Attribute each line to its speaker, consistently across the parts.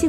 Speaker 1: 屁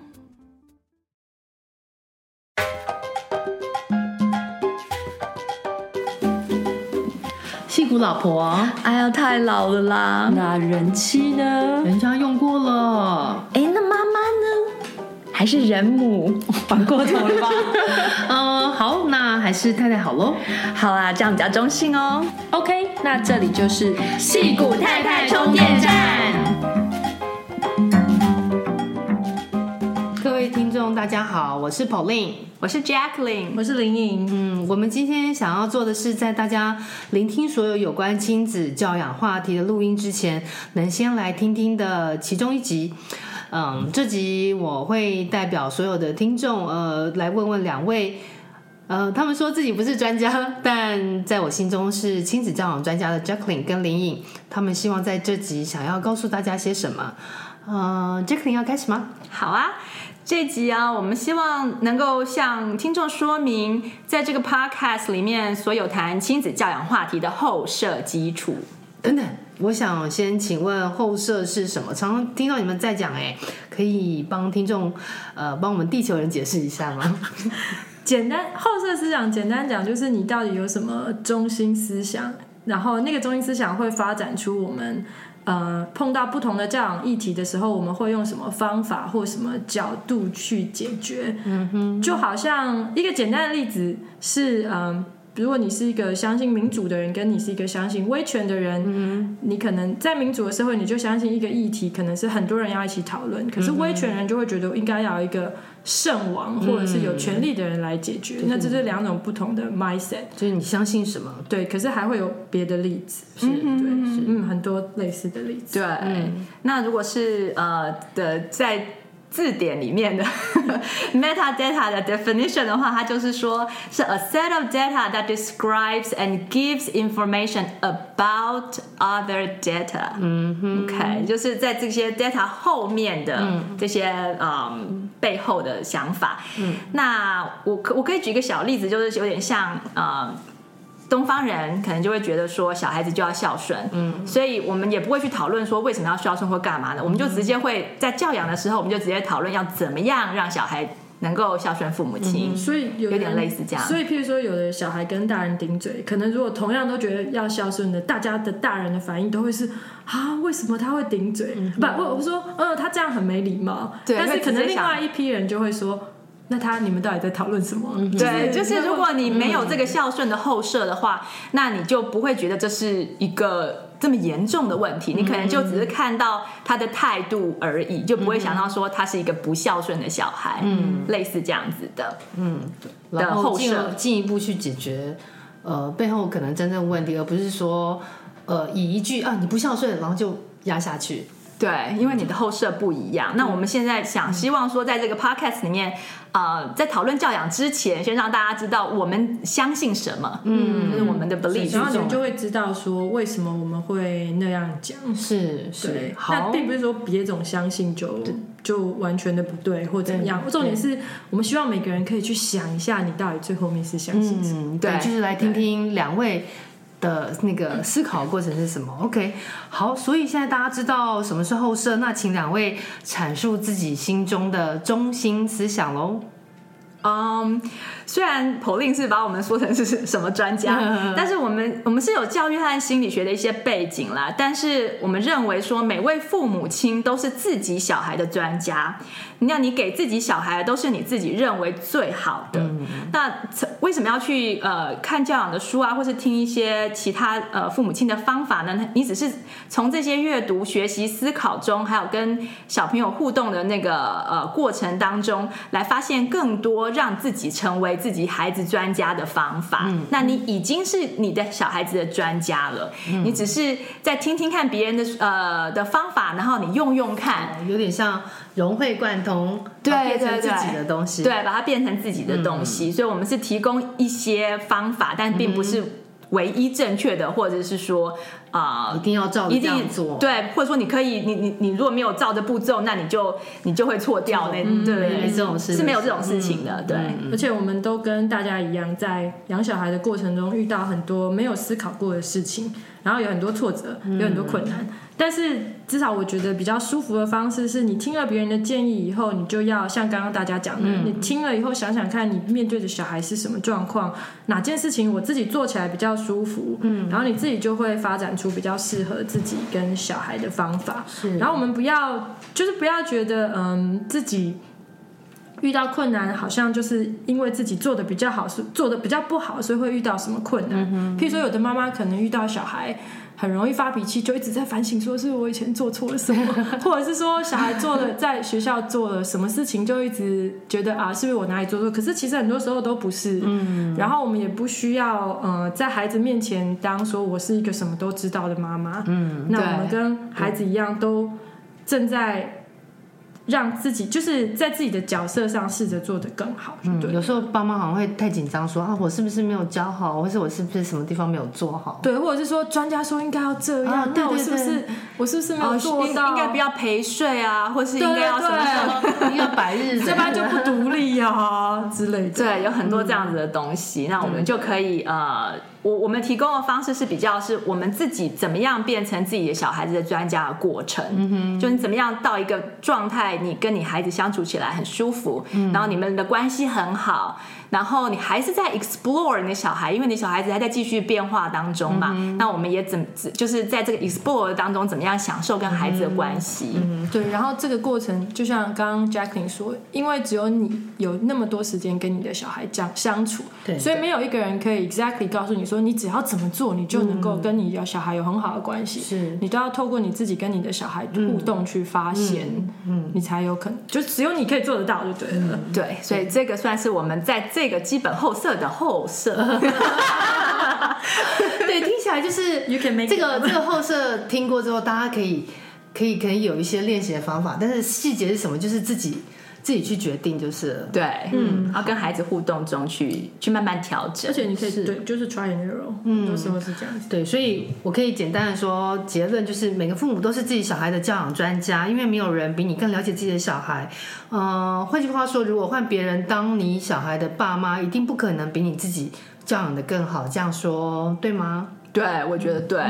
Speaker 2: 戏骨老婆，
Speaker 1: 哎呀，太老了啦！
Speaker 2: 那人妻呢？人家用过了，
Speaker 1: 哎，那妈妈呢？还是人母？
Speaker 2: 反过头了吧？嗯，好，那还是太太好喽。
Speaker 1: 好啦，这样比较中性哦。
Speaker 3: OK，那这里就是
Speaker 2: 戏骨
Speaker 3: 太太充电站。
Speaker 2: 各位听众，大家好，我是 Pauline。
Speaker 1: 我是 Jacqueline，
Speaker 3: 我是林颖，
Speaker 2: 嗯，我们今天想要做的是，在大家聆听所有有关亲子教养话题的录音之前，能先来听听的其中一集。嗯，这集我会代表所有的听众，呃，来问问两位。呃，他们说自己不是专家，但在我心中是亲子教养专家的 Jacqueline 跟林颖，他们希望在这集想要告诉大家些什么。呃，Jacqueline 要开始吗？
Speaker 3: 好啊。这集啊，我们希望能够向听众说明，在这个 podcast 里面所有谈亲子教养话题的后设基础。
Speaker 2: 等等，我想先请问后设是什么？常常听到你们在讲，哎，可以帮听众呃帮我们地球人解释一下吗？
Speaker 3: 简单后设思想，简单讲就是你到底有什么中心思想，然后那个中心思想会发展出我们呃碰到不同的教养议题的时候，我们会用什么方法或什么角度去解决。嗯哼，就好像一个简单的例子是，嗯、如果你是一个相信民主的人，跟你是一个相信威权的人，你可能在民主的社会，你就相信一个议题可能是很多人要一起讨论，可是威权人就会觉得应该要有一个圣王或者是有权力的人来解
Speaker 4: 嗯
Speaker 3: 决，那这是两种不同的 mindset。
Speaker 2: 就是你相信什么？
Speaker 3: 对，可是还会有别的例子，是对，是嗯，很多类似的例子。
Speaker 4: 对，嗯那如果是呃的在字典里面的 metadata 的 definition 的话，它就是说是 a set of data that describes and gives information about other data。嗯哼，OK，就是在这些 data 后面的这些嗯背后的想法。嗯，那我可我可以举一个小例子，就是有点像呃。东方人可能就会觉得说小孩子就要孝顺，嗯，所以我们也不会去讨论说为什么要孝顺或干嘛的，我们就直接会在教养的时候，我们就直接讨论要怎么样让小孩能够孝顺父母亲。
Speaker 3: 所以
Speaker 4: 有
Speaker 3: 有人
Speaker 4: 点类似这样
Speaker 3: 所以，譬如说，有的小孩跟大人顶嘴，可能如果同样都觉得要孝顺的，大家的大人的反应都会是啊，为什么他会顶嘴？不，我我说，呃，他这样很没礼貌。
Speaker 4: 嗯对
Speaker 3: 但是
Speaker 4: 会直
Speaker 3: 可能
Speaker 4: 接
Speaker 3: 另
Speaker 4: 想
Speaker 3: 外一批人就会说，那他你们到底在讨论什么？
Speaker 4: 嗯对，就是如果你没有这个孝顺的后设的话，那你就不会觉得这是一个这么严重的问题，你可能就只是看到他的态度而已，就不会想到说他是一个不孝顺的小孩，嗯，类似这样子的，
Speaker 2: 然后
Speaker 4: 后
Speaker 2: 进
Speaker 4: 设
Speaker 2: 进一步去解决呃背后可能真正问题，而不是说呃以一句啊你不孝顺，然后就压下去。
Speaker 4: 对，因为你的后设不一样。那我们现在想，希望说在这个 podcast 里面，呃，在讨论教养之前，先让大家知道我们相信什么，嗯，就是我们的 belief
Speaker 3: 然后你
Speaker 4: 是
Speaker 3: 们就会知道说为什么我们会那样讲。
Speaker 2: 是
Speaker 3: 对
Speaker 2: 是，，
Speaker 3: 那
Speaker 2: 好，
Speaker 3: 并不是说别种相信就就完全的不对或怎么样。重点是我们希望每个人可以去想一下，你到底最后面是相信什么。
Speaker 2: 嗯，对，
Speaker 4: 对
Speaker 2: 就是来听听两位的那个思考过程是什么。OK，好，所以现在大家知道什么是后设，那请两位阐述自己心中的中心思想喽。
Speaker 4: 嗯，虽然 Pauline 是把我们说成是什么专家，但是我们我们是有教育和心理学的一些背景啦。但是我们认为说，每位父母亲都是自己小孩的专家。那你给自己小孩的都是你自己认为最好的。那为什么要去呃看教养的书啊，或是听一些其他呃父母亲的方法呢？你只是从这些阅读、学习、思考中，还有跟小朋友互动的那个呃过程当中，来发现更多让自己成为自己孩子专家的方法。那你已经是你的小孩子的专家了，你只是在听听看别人的呃的方法，然后你用用看，
Speaker 2: 有点像融会贯通，
Speaker 4: 对
Speaker 2: 变成
Speaker 4: 对
Speaker 2: 自
Speaker 4: 对
Speaker 2: 己的东西。
Speaker 4: 对，把它变成自己的东西。所以我们是提供一些方法，但并不是唯一正确的，或者是说啊。
Speaker 2: 一
Speaker 4: 呃
Speaker 2: 定要照着
Speaker 4: 一
Speaker 2: 这样
Speaker 4: 定
Speaker 2: 做。
Speaker 4: 对，或者说你可以，你你你如果没有照着步骤，那你就你就会错掉那、嗯对不
Speaker 2: 没
Speaker 4: 对？
Speaker 2: 这种事
Speaker 4: 是没有嗯这种事情的，对。
Speaker 3: 而且我们都跟大家一样，在养小孩的过程中遇到很多没有思考过的事情，然后有很多挫折，有很多困难。但是至少我觉得比较舒服的方式是，你听了别人的建议以后，你就要像刚刚大家讲的，你听了以后想想看，你面对的小孩是什么状况，哪件事情我自己做起来比较舒服，嗯，然后你自己就会发展出比较适合自己跟小孩的方法。然后我们不要就是不要觉得嗯自己。遇到困难，好像就是因为自己做的比较好，是做的比较不好，所以会遇到什么困难。譬如说，有的妈妈可能遇到小孩很容易发脾气，就一直在反省，说是我以前做错了什 么，或者是说小孩做了在学校做了什么事情，就一直觉得啊，是不是我哪里做错？可是其实很多时候都不是。嗯，然后我们也不需要呃，在孩子面前当说我是一个什么都知道的妈妈。嗯，那我们
Speaker 4: 对
Speaker 3: 跟孩子一样，都正在让自己就是在自己的角色上试着做得更好，对、
Speaker 2: 嗯，有时候爸妈好像会太紧张，说啊，我是不是没有教好，或是我是不是什么地方没有做好？
Speaker 3: 对，或者是说专家说应该要这样，
Speaker 2: 啊对
Speaker 3: 那我
Speaker 2: 对
Speaker 3: 是不是我是不是没有
Speaker 4: 哦，
Speaker 3: 做
Speaker 4: 应
Speaker 3: 到？
Speaker 4: 应该不要陪睡啊，或是
Speaker 3: 对
Speaker 4: 应该要什么什么？
Speaker 3: 对，
Speaker 2: 一个白日，
Speaker 3: 这班就不独立啊之类的。
Speaker 4: 对，有很多这样子的东西，那我们就可以呃，我我们提供的方式是比较是我们自己怎么样变成自己的小孩子的专家的过程，嗯哼，就是你怎么样到一个状态，你跟你孩子相处起来很舒服，然后你们的关系很好，然后你还是在 explore 你的小孩，因为你小孩子还在继续变化当中嘛，那我们也怎就是在这个 explore 当中怎么样享受跟孩子的关系，
Speaker 3: 嗯对，然后这个过程就像刚刚 Jacqueline 说，因为只有你有那么多时间跟你的小孩讲相处，
Speaker 2: 对
Speaker 3: 所以没有一个人可以 exactly 告诉你说你只要怎么做，你就能够跟你的小孩有很好的关系。
Speaker 2: 嗯是嗯
Speaker 3: 你都要透过你自己跟你的小孩互动去发现，你才有可能，就只有你可以做得到就对了。
Speaker 4: 对，所以这个算是我们在这个基本后设的后设。
Speaker 2: 嗯对，听起来就是
Speaker 3: You can make it
Speaker 2: 这个这个后设听过之后，大家可以可以可以有一些练习的方法，但是细节是什么，就是自己自己去决定就是了。
Speaker 4: 对，嗯，要跟孩子互动中去去慢慢调整
Speaker 3: 而。且你可以对，就是 try and error，很
Speaker 2: 嗯
Speaker 3: 多时候是这样子。
Speaker 2: 对，所以我可以简单的说，结论就是每个父母都是自己小孩的教养专家，因为没有人比你更了解自己的小孩。呃，换句话说，如果换别人当你小孩的爸妈，一定不可能比你自己教养的更好。这样说对吗？
Speaker 4: 对，我觉得对，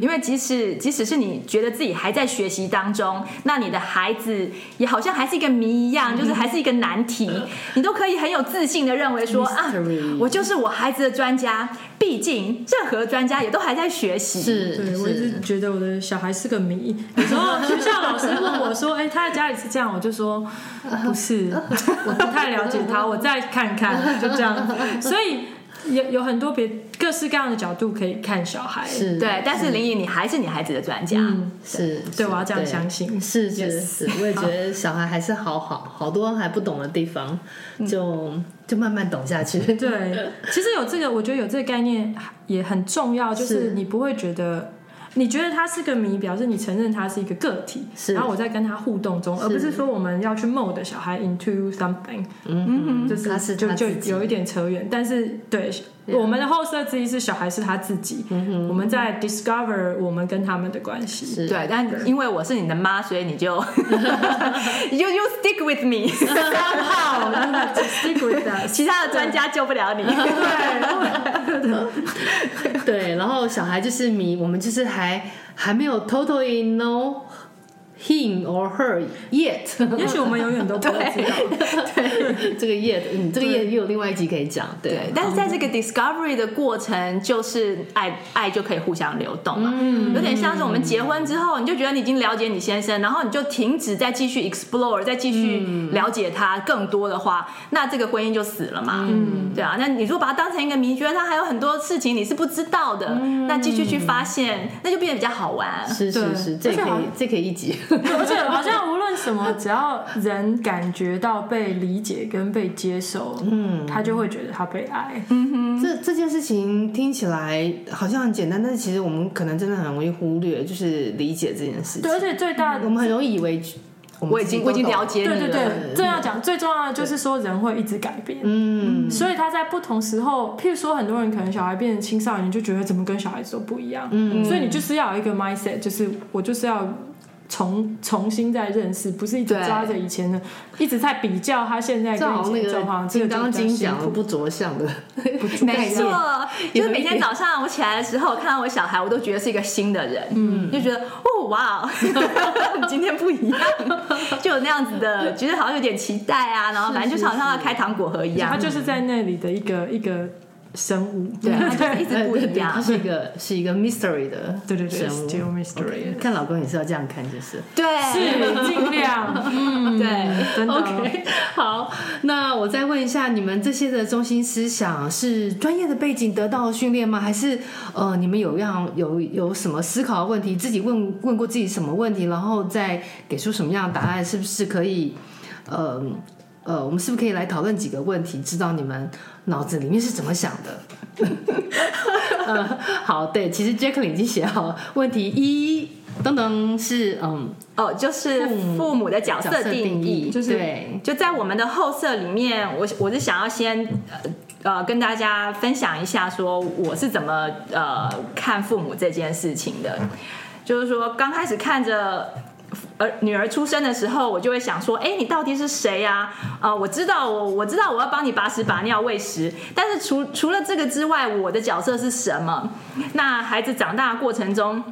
Speaker 4: 因为即使即使是你觉得自己还在学习当中，那你的孩子也好像还是一个谜一样，就是还是一个难题，你都可以很有自信的认为说啊
Speaker 2: Mystery，
Speaker 4: 我就是我孩子的专家，毕竟任何专家也都还在学习。
Speaker 2: 是
Speaker 3: 对，我一直觉得我的小孩是个谜。有时 候学校老师问我说：“哎、他在家里是这样。”我就说：“ 不是，我不太了解他，我再看看。”就这样子，所以有有很多别各式各样的角度可以看小孩。
Speaker 2: 是，
Speaker 4: 对，但是林颖，你还是你孩子的专家。
Speaker 2: 是，是
Speaker 3: 对我要这样相信
Speaker 2: 是是
Speaker 3: Yes
Speaker 2: 是，我也觉 得小孩还是好好好多还不懂的地方，就就慢慢懂下去。
Speaker 3: 嗯
Speaker 2: 嗯
Speaker 3: 对，其实有这个，我觉得有这个概念也很重要，就是
Speaker 2: 是
Speaker 3: 你不会觉得。你觉得他是个谜，表示你承认他是一个个体，
Speaker 2: 是
Speaker 3: 然后我在跟他互动中，而不是说我们要去 mold 小孩 into something，嗯就是
Speaker 2: 他是
Speaker 3: 就
Speaker 2: 他
Speaker 3: 就
Speaker 2: 自己
Speaker 3: 有一点扯远，但是对我们的后设之一是小孩是他自己，我们在 discover 我们跟他们的关系，
Speaker 2: 嗯是
Speaker 4: 对，但因为我是你的妈，所以你就 you you stick with me。
Speaker 3: somehow you have to stick with us，
Speaker 4: 其他的专家救不了 你。
Speaker 2: 对，然后小孩就是迷，我们就是还还没有 totally know him or her yet。
Speaker 3: 也许我们永远都不会知 道。
Speaker 2: 这个 yet，嗯，这个 yet 又有另外一集可以讲，对
Speaker 4: 对，。但是在这个 discovery 的过程，就是爱爱就可以互相流动嘛，有点像是我们结婚之后，你就觉得你已经了解你先生，然后你就停止再继续 explore，再继续了解他更多的话，那这个婚姻就死了嘛，对啊，那你如果把它当成一个谜，觉得他还有很多事情你是不知道的，那继续去发现，那就变得比较好玩，
Speaker 2: 是是
Speaker 3: 对
Speaker 2: 是，这也可
Speaker 3: 而且好
Speaker 2: 以，这可以一集。
Speaker 3: 对而且好像无论什么，只要人感觉到被理解跟被接受，嗯，他就会觉得他被爱。
Speaker 2: 嗯
Speaker 3: 嗯
Speaker 2: 这这件事情听起来好像很简单，但是其实我们可能真的很容易忽略，就是理解这件事情。
Speaker 3: 对，而且最大
Speaker 2: 我们很容易以为
Speaker 4: 我
Speaker 2: 我
Speaker 4: 已经我已经了解你
Speaker 3: 对
Speaker 4: 了，
Speaker 3: 对
Speaker 2: 嗯
Speaker 3: 对，这要讲最重要的就是说人会一直改变，嗯，所以他在不同时候，譬如说很多人可能小孩变成青少年，就觉得怎么跟小孩子都不一样，嗯，所以你就是要有一个 mindset，就是我就是要。重重新再认识，不是一直
Speaker 4: 对
Speaker 3: 抓着以前的，一直在比较他现在
Speaker 2: 这
Speaker 3: 跟
Speaker 2: 好像
Speaker 3: 以前
Speaker 2: 那
Speaker 3: 的
Speaker 2: 个
Speaker 3: 状况，这
Speaker 2: 金
Speaker 3: 个就
Speaker 2: 刚
Speaker 3: 比较
Speaker 2: 经
Speaker 3: 辛
Speaker 2: 讲的
Speaker 3: 苦。
Speaker 2: 不着相的，
Speaker 4: 没错，
Speaker 2: 呃
Speaker 4: 就
Speaker 2: 也
Speaker 4: 是
Speaker 2: 会
Speaker 4: 每天早上我起来的时候，看到我小孩，我都觉得是一个新的人，嗯，就觉得哦 哇，今天不一样，就有那样子的，觉得好像有点期待啊，然后反正就是好像要开糖果盒一样，
Speaker 3: 他就是在那里的一个一个生物，
Speaker 4: 对，他就是一直不一
Speaker 2: 它
Speaker 4: 样。
Speaker 2: 是一个是一个 mystery 的
Speaker 3: 对对对
Speaker 2: 生物
Speaker 3: still mystery
Speaker 2: OK，看老公也是要这样看，就是。
Speaker 4: 对，
Speaker 3: 是尽量，嗯，
Speaker 4: 对，
Speaker 3: 真的
Speaker 2: OK，好， 那我再问一下，你们这些的中心思想是专业的背景得到的训练吗？还是呃，你们有样有有什么思考的问题，自己问问过自己什么问题，然后再给出什么样的答案？是不是可以？呃呃，我们是不是可以来讨论几个问题，知道你们脑子里面是怎么想的？ 呃，好，对，其实 Jacqueline 已经写好了问题一，等等是嗯
Speaker 4: 哦，就是父母的角色定义，
Speaker 2: 就是对
Speaker 4: 就在我们的后色里面，我我是想要先呃呃跟大家分享一下，说我是怎么呃看父母这件事情的。就是说，刚开始看着呃女儿出生的时候，我就会想说，哎，你到底是谁呀、啊？呃，我知道我我知道我要帮你把屎把尿喂食，但是除除了这个之外，我的角色是什么？那孩子长大的过程中。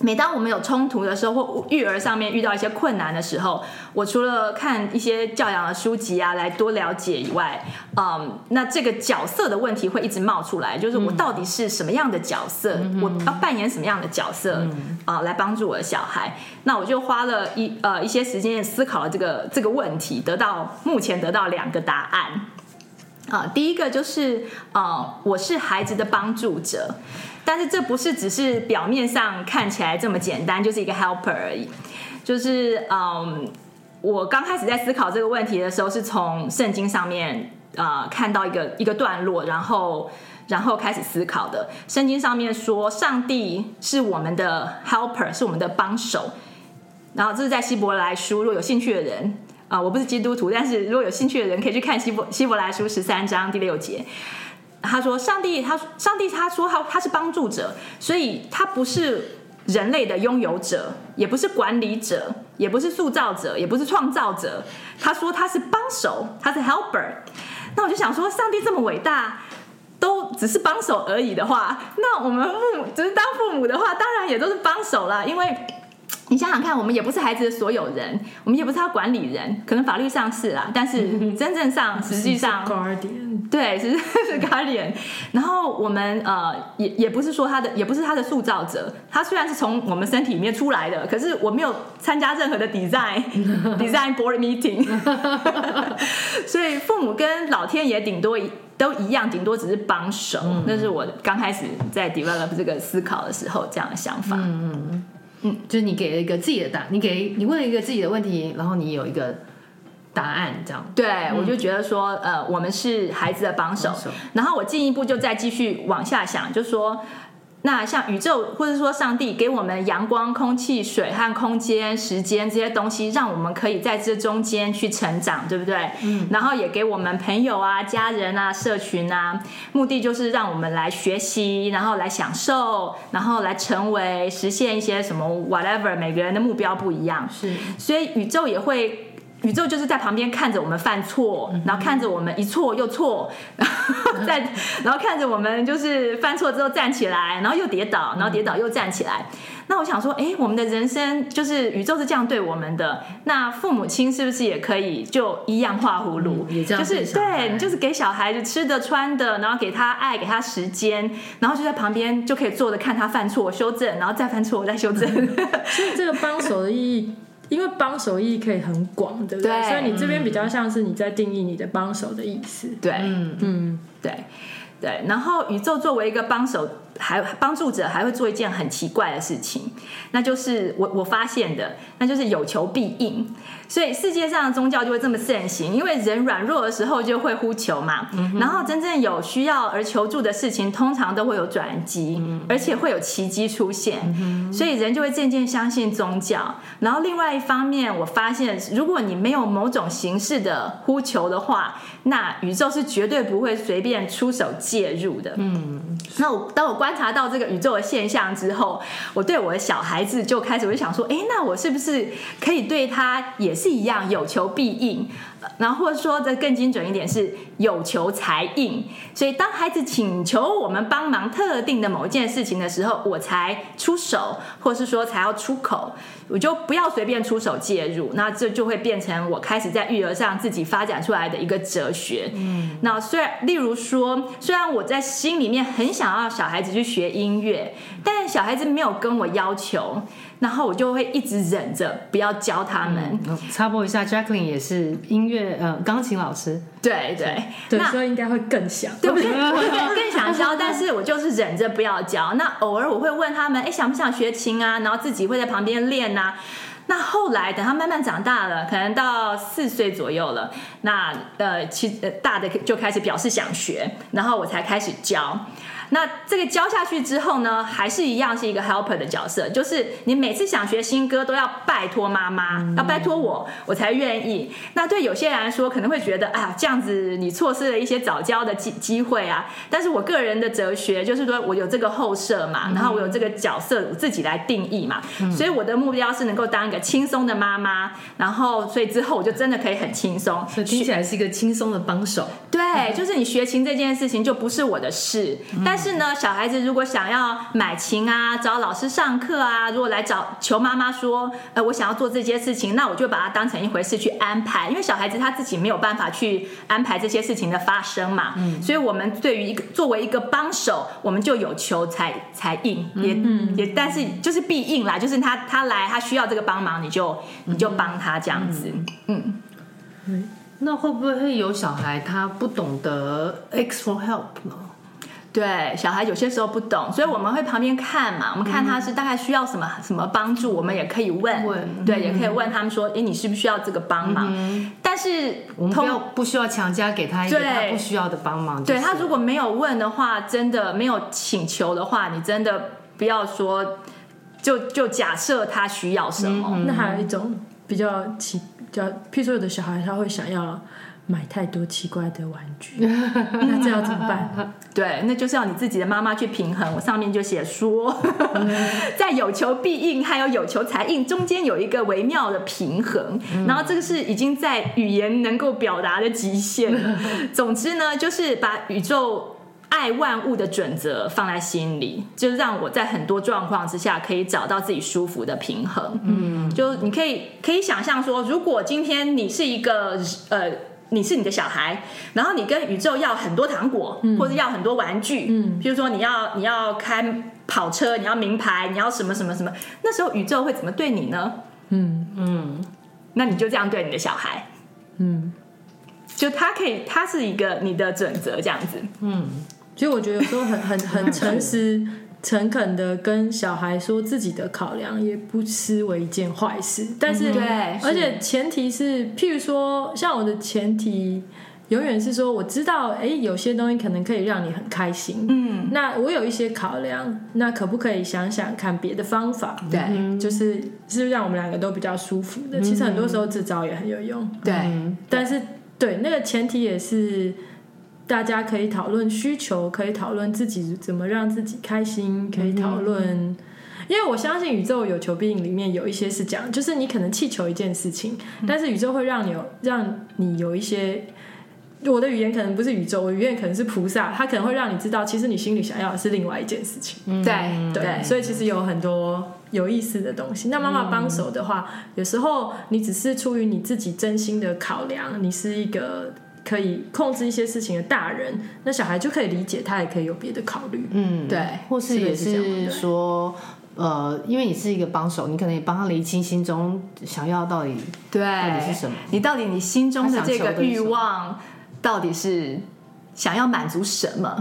Speaker 4: 每当我们有冲突的时候，或育儿上面遇到一些困难的时候，我除了看一些教养的书籍啊，来多了解以外，嗯，那这个角色的问题会一直冒出来，就是我到底是什么样的角色，我要扮演什么样的角色啊、来帮助我的小孩。那我就花了一呃一些时间思考了这个这个问题，得到目前得到两个答案。啊、第一个就是呃，我是孩子的帮助者，但是这不是只是表面上看起来这么简单，就是一个 helper 而已。就是嗯，我刚开始在思考这个问题的时候，是从圣经上面呃看到一个一个段落，然后然后开始思考的。圣经上面说，上帝是我们的 helper，是我们的帮手。然后这是在希伯来书，如果有兴趣的人啊、我不是基督徒，但是如果有兴趣的人可以去看希伯希伯来书十三章第六节。他说：“上帝，他上帝，他说他他是帮助者，所以他不是人类的拥有者，也不是管理者，也不是塑造者，也不是创造者。他说他是帮手，他是 helper。那我就想说，上帝这么伟大，都只是帮手而已的话，那我们父母只是当父母的话，当然也都是帮手啦，因为。”你想想看，我们也不是孩子的所有人，我们也不是他管理人，可能法律上是啦，但是真正上实际上
Speaker 3: guardian，
Speaker 4: 对，是是 Guardian。然后我们呃，也也不是说他的，也不是他的塑造者。他虽然是从我们身体里面出来的，可是我没有参加任何的 design design board meeting。所以父母跟老天爷顶多一都一样，顶多只是帮手。那是我刚开始在 develop 这个思考的时候这样的想法。
Speaker 2: 就是你给了一个自己的答，你给你问了一个自己的问题，然后你有一个答案，这样。
Speaker 4: 对，我就觉得说，呃，我们是孩子的帮手。
Speaker 2: 嗯帮手
Speaker 4: 然后我进一步就再继续往下想，就说，那像宇宙或者说上帝给我们阳光、空气、水和空间、时间这些东西，让我们可以在这中间去成长，对不对？嗯。然后也给我们朋友啊、家人啊、社群啊，目的就是让我们来学习，然后来享受，然后来成为实现一些什么 whatever，每个人的目标不一样。
Speaker 2: 是，
Speaker 4: 所以宇宙也会。宇宙就是在旁边看着我们犯错，
Speaker 2: 嗯
Speaker 4: 然后看着我们一错又错， 然后再
Speaker 2: 嗯
Speaker 4: 然后看着我们就是犯错之后站起来，然后又跌倒，然后跌倒又站起来。那我想说，哎，我们的人生就是宇宙是这样对我们的，那父母亲是不是也可以就一样画葫芦？
Speaker 2: 嗯也这样
Speaker 4: 就是
Speaker 2: 对小孩
Speaker 4: 对你就是给小孩子吃的穿的，然后给他爱，给他时间，然后就在旁边就可以坐着看他犯错、修正，然后再犯错、再修正。
Speaker 3: 所以这个帮手的意义，因为帮手意义可以很广，对不对？
Speaker 4: 对
Speaker 3: 所以你这边比较像是你在定义你的帮手的意思。
Speaker 4: 对，
Speaker 2: 嗯，
Speaker 3: 嗯，
Speaker 4: 对对，然后宇宙作为一个帮手，还帮助者，还会做一件很奇怪的事情，那就是我我发现的，那就是有求必应。所以世界上的宗教就会这么盛行，因为人软弱的时候就会呼求嘛，然后真正有需要而求助的事情，通常都会有转机，而且会有奇迹出现，所以人就会渐渐相信宗教。然后另外一方面，我发现如果你没有某种形式的呼求的话，那宇宙是绝对不会随便出手介入的。那我当我观察到这个宇宙的现象之后，我对我的小孩子就开始我就想说，诶，那我是不是可以对他也是一样有求必应？呃然后或者说的更精准一点是有求才应。所以当孩子请求我们帮忙特定的某一件事情的时候，我才出手，或是说才要出口，我就不要随便出手介入。那这就会变成我开始在育儿上自己发展出来的一个哲学。那虽然，例如说，虽然我在心里面很想要小孩子去学音乐，但小孩子没有跟我要求，然后我就会一直忍着不要教他
Speaker 2: 嗯
Speaker 4: 们。
Speaker 2: 插播一下，Jacqueline 也是音乐呃钢琴老师，
Speaker 4: 对对，
Speaker 3: 对，
Speaker 4: 那
Speaker 3: 所以应该会更想。
Speaker 4: 对不对？我更想教，但是我就是忍着不要教。那偶尔我会问他们，哎，想不想学琴啊？然后自己会在旁边练啊。那后来等他慢慢长大了，可能到四岁左右了，那呃，其呃大的就开始表示想学，然后我才开始教。那这个教下去之后呢，还是一样是一个 helper 的角色，就是你每次想学新歌都要拜托妈妈，
Speaker 2: 嗯
Speaker 4: 要拜托我，我才愿意。那对有些人来说，可能会觉得啊，这样子你错失了一些早教的机机会啊。但是我个人的哲学就是说，我有这个后设
Speaker 2: 嗯
Speaker 4: 嘛，然后我有这个角色，我自己来定义嘛。所以我的目标是能够当一个轻松的妈妈，然后所以之后我就真的可以很轻松，
Speaker 2: 所以听起来是一个轻松的帮手。
Speaker 4: 对，就是你学琴这件事情就不是我的事。但是呢，小孩子如果想要买琴啊，找老师上课啊，如果来找求妈妈说，呃，我想要做这些事情，那我就把它当成一回事去安排，因为小孩子他自己没有办法去安排这些事情的发生嘛。所以我们对于一个作为一个帮手，我们就有求才才应，也、也，但是就是必应啦，就是他他来他需要这个帮忙，你就你就帮他这样子。嗯
Speaker 2: 那会不会有小孩他不懂得 ask for help 呢？
Speaker 4: 对，小孩有些时候不懂，所以我们会旁边看
Speaker 2: 嗯
Speaker 4: 嘛，我们看他是大概需要什么什么帮助，我们也可以问，
Speaker 2: 问嗯
Speaker 4: 对，也可以问他们说，哎，你需不需要这个帮忙？但是
Speaker 2: 我们不
Speaker 4: 通
Speaker 2: 要不需要强加给他一个
Speaker 4: 对
Speaker 2: 他不需要的帮忙。
Speaker 4: 对
Speaker 2: 就是
Speaker 4: 他如果没有问的话，真的没有请求的话，你真的不要说，就就假设他需要什么，
Speaker 2: 嗯
Speaker 3: 那还有一种比较奇，比较，譬如说有的小孩他会想要买太多奇怪的玩 具，那这要怎么办？
Speaker 4: 对，那就是要你自己的妈妈去平衡。我上面就写说， 在有求必应还有有求才应中间有一个微妙的平衡，然后这个是已经在语言能够表达的极限了。总之呢，就是把宇宙。爱万物的准则放在心里，就是让我在很多状况之下可以找到自己舒服的平衡。嗯，就你可以可以想象说，如果今天你是一个呃，你是你的小孩，然后你跟宇宙要很多糖果，或者要很多玩具，嗯，譬如说你要你要开跑车，你要名牌，你要什么什么什么，那时候宇宙会怎么对你呢？
Speaker 3: 嗯
Speaker 4: 那你就这样对你的小孩，
Speaker 3: 嗯，
Speaker 4: 就他可以，他是一个你的准则这样子，
Speaker 3: 其实我觉得有时候很 很很诚实、诚恳的跟小孩说自己的考量，也不失为一件坏事。但嗯是，
Speaker 4: 对
Speaker 3: 而且前提是，譬如说，像我的前提。永远是说，我知道，哎，有些东西可能可以让你很开心，嗯，那我有一些考量，那可不可以想想看别的方法？
Speaker 4: 对、
Speaker 2: 嗯
Speaker 3: 就是是让我们两个都比较舒服的。其实很多时候这招也很有用，
Speaker 4: 对，
Speaker 3: 但是对那个前提也是大家可以讨论需求，可以讨论自己怎么让自己开心，可以讨论。因为我相信宇宙有求必应，里面有一些是讲，就是你可能气求一件事情，但是宇宙会让你有让你有一些，我的语言可能不是宇宙，我的语言可能是菩萨，他可
Speaker 2: 嗯
Speaker 3: 能会让你知道，其实你心里想要的是另外一件事情。
Speaker 4: 对
Speaker 3: 对，所以其实有很多有意思的东西。那妈妈帮手的话，有时候你只是出于你自己真心的考量，你是一个可以控制一些事情的大人，那小孩就可以理解，他也可以有别的考虑。
Speaker 2: 嗯，
Speaker 3: 对
Speaker 2: 或是
Speaker 3: 是不
Speaker 2: 也
Speaker 3: 是这样对
Speaker 2: 是说，呃，因为你是一个帮手，你可能也帮他厘清心中想要到底
Speaker 4: 对，
Speaker 2: 到底是什么
Speaker 4: 你到底你心中的这
Speaker 2: 他想求
Speaker 4: 个
Speaker 2: 的是
Speaker 4: 欲
Speaker 2: 什么
Speaker 4: 望到底是想要满足什么？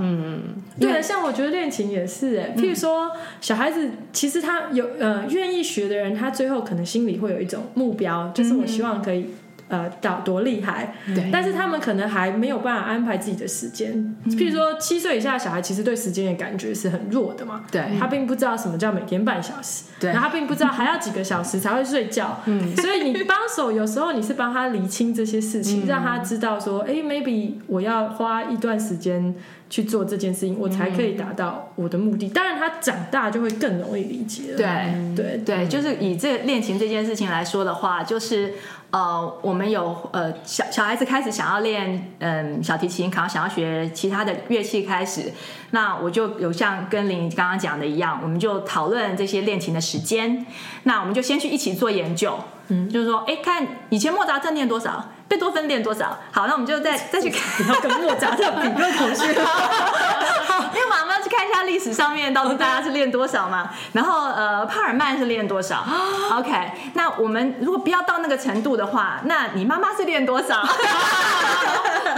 Speaker 3: 对，像我觉得恋情也是、欸，譬如说小孩子，其实他有呃愿意学的人，他最后可能心里会有一种目标，就是我希望可以。呃，到多厉害？
Speaker 2: 对
Speaker 3: 但是他们可能还没有办法安排自己的时间。譬如说，七岁以下的小孩其实对时间的感觉是很弱的嘛，
Speaker 2: 对
Speaker 3: 他并不知道什么叫每天半小时，
Speaker 2: 对
Speaker 3: 然后他并不知道还要几个小时才会睡觉，嗯，所以你帮手有时候你是帮他理清这些事情，让他知道说，哎，maybe 我要花一段时间去做这件事情，我才可以达到我的目的。当然，他长大就会更容易理解了，
Speaker 4: 对
Speaker 3: 对对
Speaker 4: 对，就是以这恋情这件事情来说的话，就是呃，我们有呃小小孩子开始想要练嗯小提琴，然后想要学其他的乐器开始，那我就有像跟林刚刚讲的一样，我们就讨论这些练琴的时间，那我们就先去一起做研究。嗯，就是说，哎，看以前莫扎特练多少，贝多芬练多少，好，那我们就 再再去看，
Speaker 3: 不要跟莫扎特比，论同 学。
Speaker 4: 因为我们要去看一下历史上面到底大家是练多少嘛，然后呃，帕尔曼是练多少
Speaker 3: 啊
Speaker 4: ？OK，那我们如果不要到那个程度的话，那你妈妈是练多 少？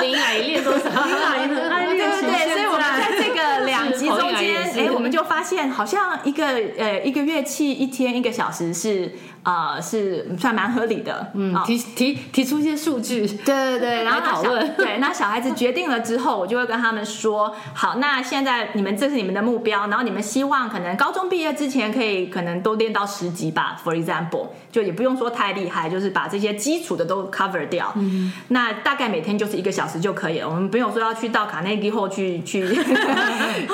Speaker 2: 林来练多少？林
Speaker 3: 来很爱
Speaker 4: 对
Speaker 3: 练
Speaker 4: 不
Speaker 3: 琴
Speaker 4: 对？所以我们在这个两集中间，
Speaker 2: 是
Speaker 4: 哎，我们就发现好像一个呃一个乐器一天一个小时是呃是算蛮合理的，嗯
Speaker 2: 嗯，提提提出一些数据，
Speaker 4: 对对对，然后
Speaker 2: 来
Speaker 4: 那
Speaker 2: 讨
Speaker 4: 小
Speaker 2: 论
Speaker 4: 对，那小孩子决定了之后，我就会跟他们说，好，那现在你们这是你们的目标，然后你们希望可能高中毕业之前可以可能都练到十级吧，for example，就也不用说太厉害，就是把这些基础的都 cover 掉。嗯，那大概每天就是一个小时就可以了，我们没有说要去到卡内基后去 去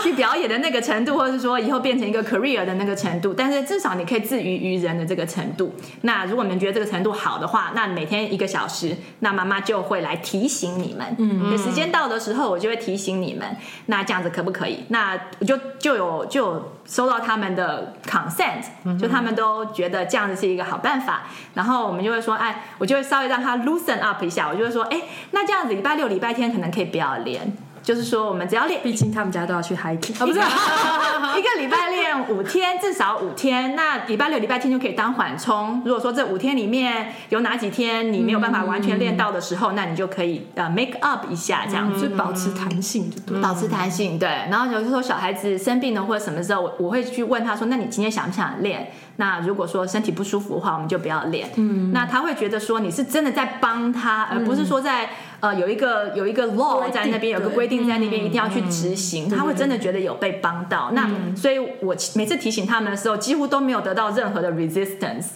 Speaker 4: 去表演的那个程度，或者是说以后变成一个 career 的那个程度，但是至少你可以自娱于人的这个程度。那如果你们觉得这个程度好的话，那每天一个小时，那妈妈就会来提醒你们，嗯，时间到的时候我就会提醒你们，那这样子可不可以？那我就就有就有收到他们的 consent，、就他们都觉得这样子是一个好办法，然后我们就会说，哎，我就会稍微让他 loosen up 一下，我就会说，哎，那这样子礼拜六、礼拜天可能可以不要练。就是说，我们只要练
Speaker 3: 毕竟他们家都要去 hiking，
Speaker 4: 啊，不是， 一个礼拜练五天，至少五天。那礼拜六、礼拜天就可以当缓冲。如果说这五天里面有哪几天你没有办法完全练到的时候，那你就可以呃 make up 一下，这样
Speaker 3: 就
Speaker 4: 子。
Speaker 3: 保持弹性，就对了。
Speaker 4: 保持弹性，对。然后有时候小孩子生病了或者什么时候，我我会去问他说：“那你今天想不想练？”那如果说身体不舒服的话，我们就不要练。嗯，那他会觉得说你是真的在帮他，而不是说在呃有一个有一个 law
Speaker 3: 规定
Speaker 4: 在那边，有个
Speaker 3: 对
Speaker 4: 规定在那边一定要去执行，他会真的觉得有被帮到。那所以，我每次提醒他们的时候，几乎都没有得到任何的 resistance，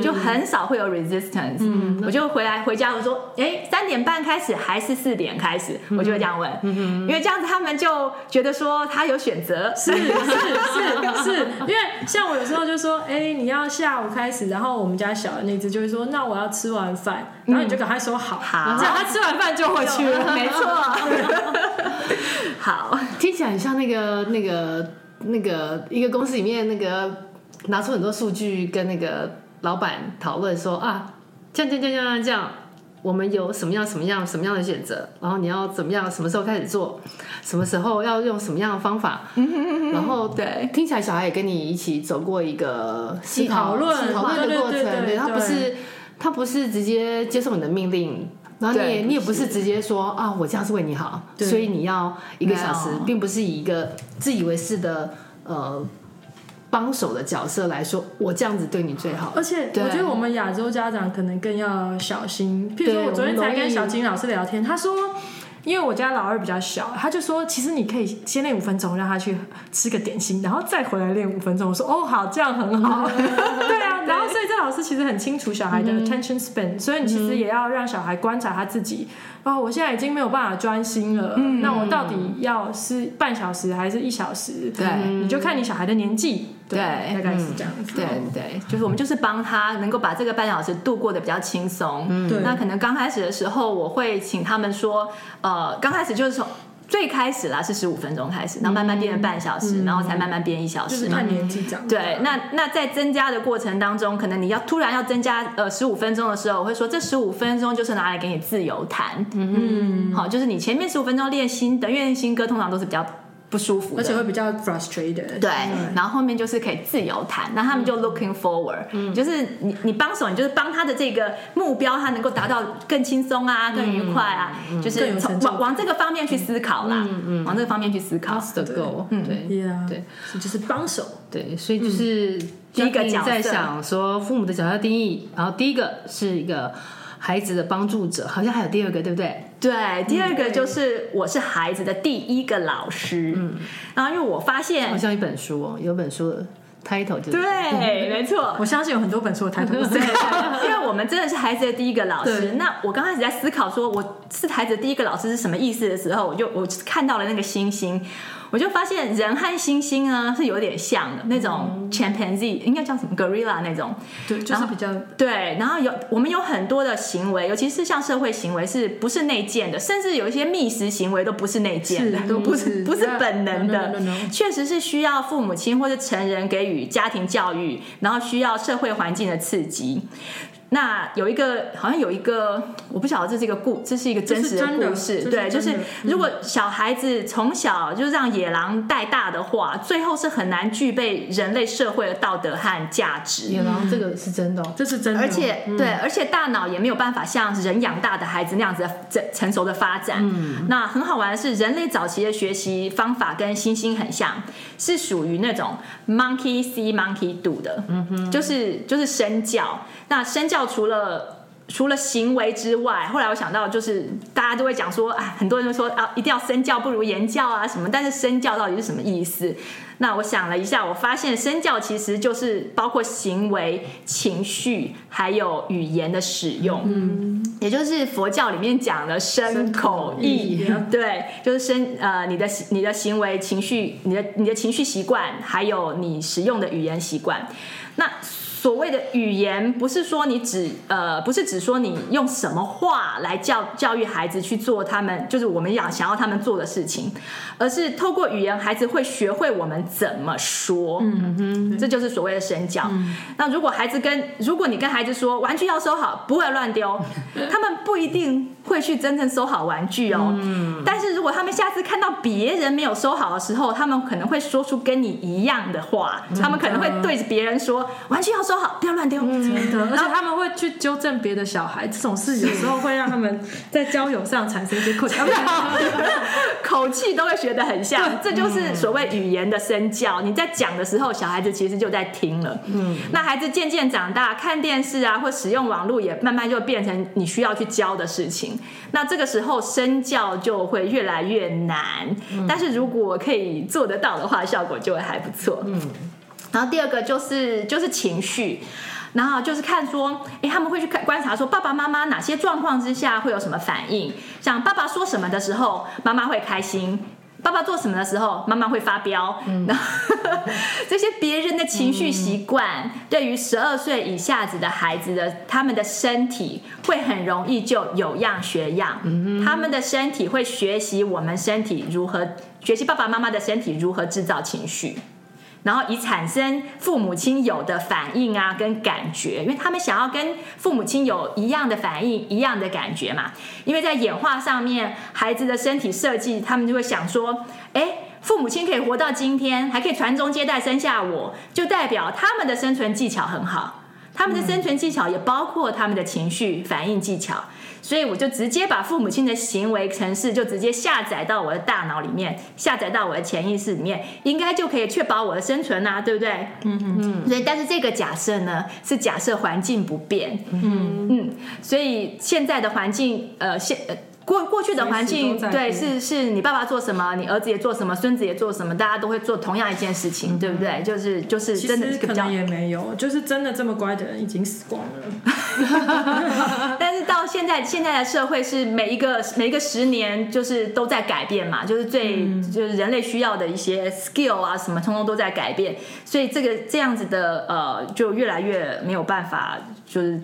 Speaker 4: 就很少会有 resistance。我就回来回家我说：“哎，三点半开始还是四点开始？”我就会这样问，因为这样子他们就觉得说他有选择，
Speaker 3: 是是是是，因为像我有时候就说，哎、你要下午开始，然后我们家小的那只就会说，那我要吃完饭，然后你就赶快说好，
Speaker 4: 好
Speaker 3: 这样他吃完饭就回去 了。
Speaker 4: 没错。好，
Speaker 2: 听起来很像那个那个那个一个公司里面那个拿出很多数据跟那个老板讨论说啊，这样这样这样这样这样，我们有什么样什么样什么样的选择，然后你要怎么样，什么时候开始做，什么时候要用什么样的方法，然后
Speaker 4: 对
Speaker 2: 听起来小孩也跟你一起走过一个思考
Speaker 3: 讨论
Speaker 2: 讨论的过
Speaker 3: 对对对
Speaker 2: 程，
Speaker 3: 对
Speaker 2: 他不
Speaker 3: 对
Speaker 2: 是他不是直接接受你的命令。然后你也
Speaker 4: 对
Speaker 2: 你也不是直接说啊，我这样是为你好，
Speaker 3: 对
Speaker 2: 所以你要一个小时
Speaker 4: 没有，
Speaker 2: 并不是以一个自以为是的呃帮手的角色来说，我这样子对你最好
Speaker 3: 而。且
Speaker 2: 对
Speaker 3: 我觉得我们亚洲家长可能更要小心，譬如
Speaker 2: 对
Speaker 3: 说我昨天
Speaker 2: 我们容
Speaker 3: 才
Speaker 2: 易
Speaker 3: 跟小金老师聊天，他说。因为我家老二比较小，他就说，其实你可以先练五分钟，让他去吃个点心，然后再回来练五分钟。我说哦，好，这样很 好。对啊，然后所以这老师其实很清楚小孩的
Speaker 4: 嗯
Speaker 3: attention span，、所以你其实也要让小孩观察他自己。哦，我现在已经没有办法专心了，
Speaker 4: 嗯
Speaker 3: 那我到底要是半小时还是一小时？
Speaker 4: 对
Speaker 3: 你就看你小孩的年纪。
Speaker 4: 对嗯
Speaker 3: 大概是这样子。
Speaker 4: 对对，就是我们就是帮他能够把这个半小时度过得比较轻松。
Speaker 3: 嗯对
Speaker 4: 那可能刚开始的时候，我会请他们说，呃，刚开始就是从。最开始啦是十五分钟开始，然后慢慢变成半小时，然后才慢慢变一小
Speaker 3: 嗯就是
Speaker 4: 时嘛
Speaker 3: 看。年纪长大。
Speaker 4: 对，那那在增加的过程当中，可能你要突然要增加呃十五分钟的时候，我会说这十五分钟就是拿来给你自由弹，嗯，好，就是你前面十五分钟练新的，因为新歌通常都是比较不舒服的，
Speaker 3: 而且会比较 frustrated。
Speaker 4: 对，然后后面就是可以自由谈，那他们就 looking forward，、就是你你帮手，你就是帮他的这个目标，他能够达到更轻松啊，更愉快啊，就
Speaker 3: 更有
Speaker 4: 是
Speaker 3: 成
Speaker 4: 从
Speaker 3: 就
Speaker 4: 往往这个方面去思考啦，往这个方面去思考。
Speaker 2: ，cost the goal，对嗯
Speaker 3: Yeah，
Speaker 2: 对，
Speaker 3: 所以就是帮手。
Speaker 2: 对，所以就是
Speaker 4: 第一个
Speaker 2: 你
Speaker 4: 角色
Speaker 2: 在想说父母的角色定义，然后第一个是一个孩子的帮助者，好像还有第二个，对不对？
Speaker 4: 对，第二个就是我是孩子的第一个老师，嗯，然后因为我发
Speaker 2: 好
Speaker 4: 现，
Speaker 2: 像一本书哦，有本书的 title 就是
Speaker 4: 对，没错，
Speaker 3: 我相信有很多本书的抬头 是这样。
Speaker 4: 因为我们真的是孩子的第一个老
Speaker 3: 对
Speaker 4: 师。那我刚开始在思考说我是孩子的第一个老师是什么意思的时候，我就我看到了那个星星，我就发现人和星星呢是有点像的，那种 chimpanzee 应该叫什么 gorilla 那种，
Speaker 3: 对，就
Speaker 4: 然
Speaker 3: 是
Speaker 4: 后
Speaker 3: 比较
Speaker 4: 对，然后有我们有很多的行为，尤其是像社会行为，是不是内建的？甚至有一些觅食行为都不是内建的，
Speaker 3: 是
Speaker 4: 都不
Speaker 3: 嗯
Speaker 4: 是
Speaker 3: 是
Speaker 4: 不是本能
Speaker 3: No,
Speaker 4: 的
Speaker 3: no, no, no, no.
Speaker 4: 确实是需要父母亲或者成人给予家庭教育，然后需要社会环境的刺激。那有一个好像有一个，我不晓得这是一个故，这是一个真实
Speaker 3: 这是真的
Speaker 4: 故事，
Speaker 3: 这是
Speaker 4: 对，就
Speaker 3: 真
Speaker 4: 是
Speaker 3: 的嗯
Speaker 4: 如果小孩子从小就让野狼带大的话，最后是很难具备人类社会的道德和价值。
Speaker 2: 野狼这个是真的哦，
Speaker 3: 这是真的，
Speaker 4: 而且、对，而且大脑也没有办法像人养大的孩子那样子的成成熟的发展。嗯，那很好玩的是，人类早期的学习方法跟猩猩很像，是属于那种 monkey see monkey do 的，嗯哼，就是就是身教。那身教除了除了行为之外，后来我想到就是大家都会讲说，啊，很多人都说啊，一定要身教不如言教啊什么，但是身教到底是什么意思？那我想了一下，我发现身教其实就是包括行为、情绪还有语言的使用，嗯，也就是佛教里面讲的身口意， 对，就是身呃你的你的行为、情绪、你的你的情绪习惯，还有你使用的语言习惯，那。所谓的语言，不是说你只呃，不是只说你用什么话来教教育孩子去做他们，就是我们想想要他们做的事情，而是透过语言，孩子会学会我们怎么说。嗯哼，嗯这就是所谓的身教。那如果孩子跟如果你跟孩子说玩具要收好，不会乱 丢，他们不一定会去真正收好玩具哦。嗯，但是如果他们下次看到别人没有收好的时候，他们可能会说出跟你一样的话，他们可能会对着别人说玩具要收好，不要乱丢。
Speaker 3: 真的，而且他们会去纠正别的小孩，这种事有时候会让他们在交友上产生一些困扰。
Speaker 4: 口气都会学得很像，这就是所谓语言的身教。你在讲的时候，小孩子其实就在听了。嗯，那孩子渐渐长大，看电视啊，或使用网络，也慢慢就变成你需要去教的事情。那这个时候，身教就会越来越难。但是如果可以做得到的话，效果就会还不错。嗯。然后第二个就是就是情绪，然后就是看说，诶，他们会去看观察说爸爸妈妈哪些状况之下会有什么反应，像爸爸说什么的时候，妈妈会开心。爸爸做什么的时候，妈妈会发飙。然后 这些别人的情绪习惯，对于十二岁以下子的孩子的，他们的身体会很容易就有样学样。他们的身体会学习我们身体如何学习爸爸妈妈的身体如何制造情绪。然后以产生父母亲有的反应啊跟感觉，因为他们想要跟父母亲有一样的反应、一样的感觉嘛。因为在演化上面，孩子的身体设计，他们就会想说，哎。父母亲可以活到今天，还可以传宗接代生下我，就代表他们的生存技巧很好。他们的生存技巧也包括他们的情绪反应技巧，所以我就直接把父母亲的行为程式就直接下载到我的大脑里面，下载到我的潜意识里面，应该就可以确保我的生存啊，对不对？嗯嗯。所以，但是这个假设呢，是假设环境不变。嗯嗯。所以现在的环境，呃，现呃过过去的环
Speaker 3: 随
Speaker 4: 境
Speaker 3: 时都在
Speaker 4: 对
Speaker 3: 变
Speaker 4: 是是你爸爸做什么，你儿子也做什么，孙子也做什么，大家都会做同样一件事情，对不对？就是就是
Speaker 3: 其
Speaker 4: 真的
Speaker 3: 实
Speaker 4: 是比
Speaker 3: 可
Speaker 4: 较
Speaker 3: 能也没有，就是真的这么乖的人已经死光了。
Speaker 4: 但是到现在，现在的社会是每一个每一个十年就是都在改变嘛，就是最、就是人类需要的一些 skill 啊什么，通通都在改变，所以这个这样子的呃，就越来越没有办法，就是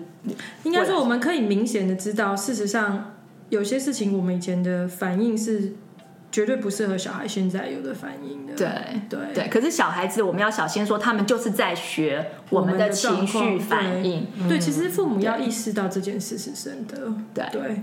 Speaker 3: 应该说，我们可以明显的知道，事实上有些事情我们以前的反应是绝对不适合小孩现在有的反应的。
Speaker 4: 对
Speaker 3: 对
Speaker 4: 对，可是小孩子我们要小心说，他们就是在学我们的情绪反应。嗯
Speaker 3: 对。对，其实父母要意识到这件事是真的。
Speaker 4: 对
Speaker 3: 对，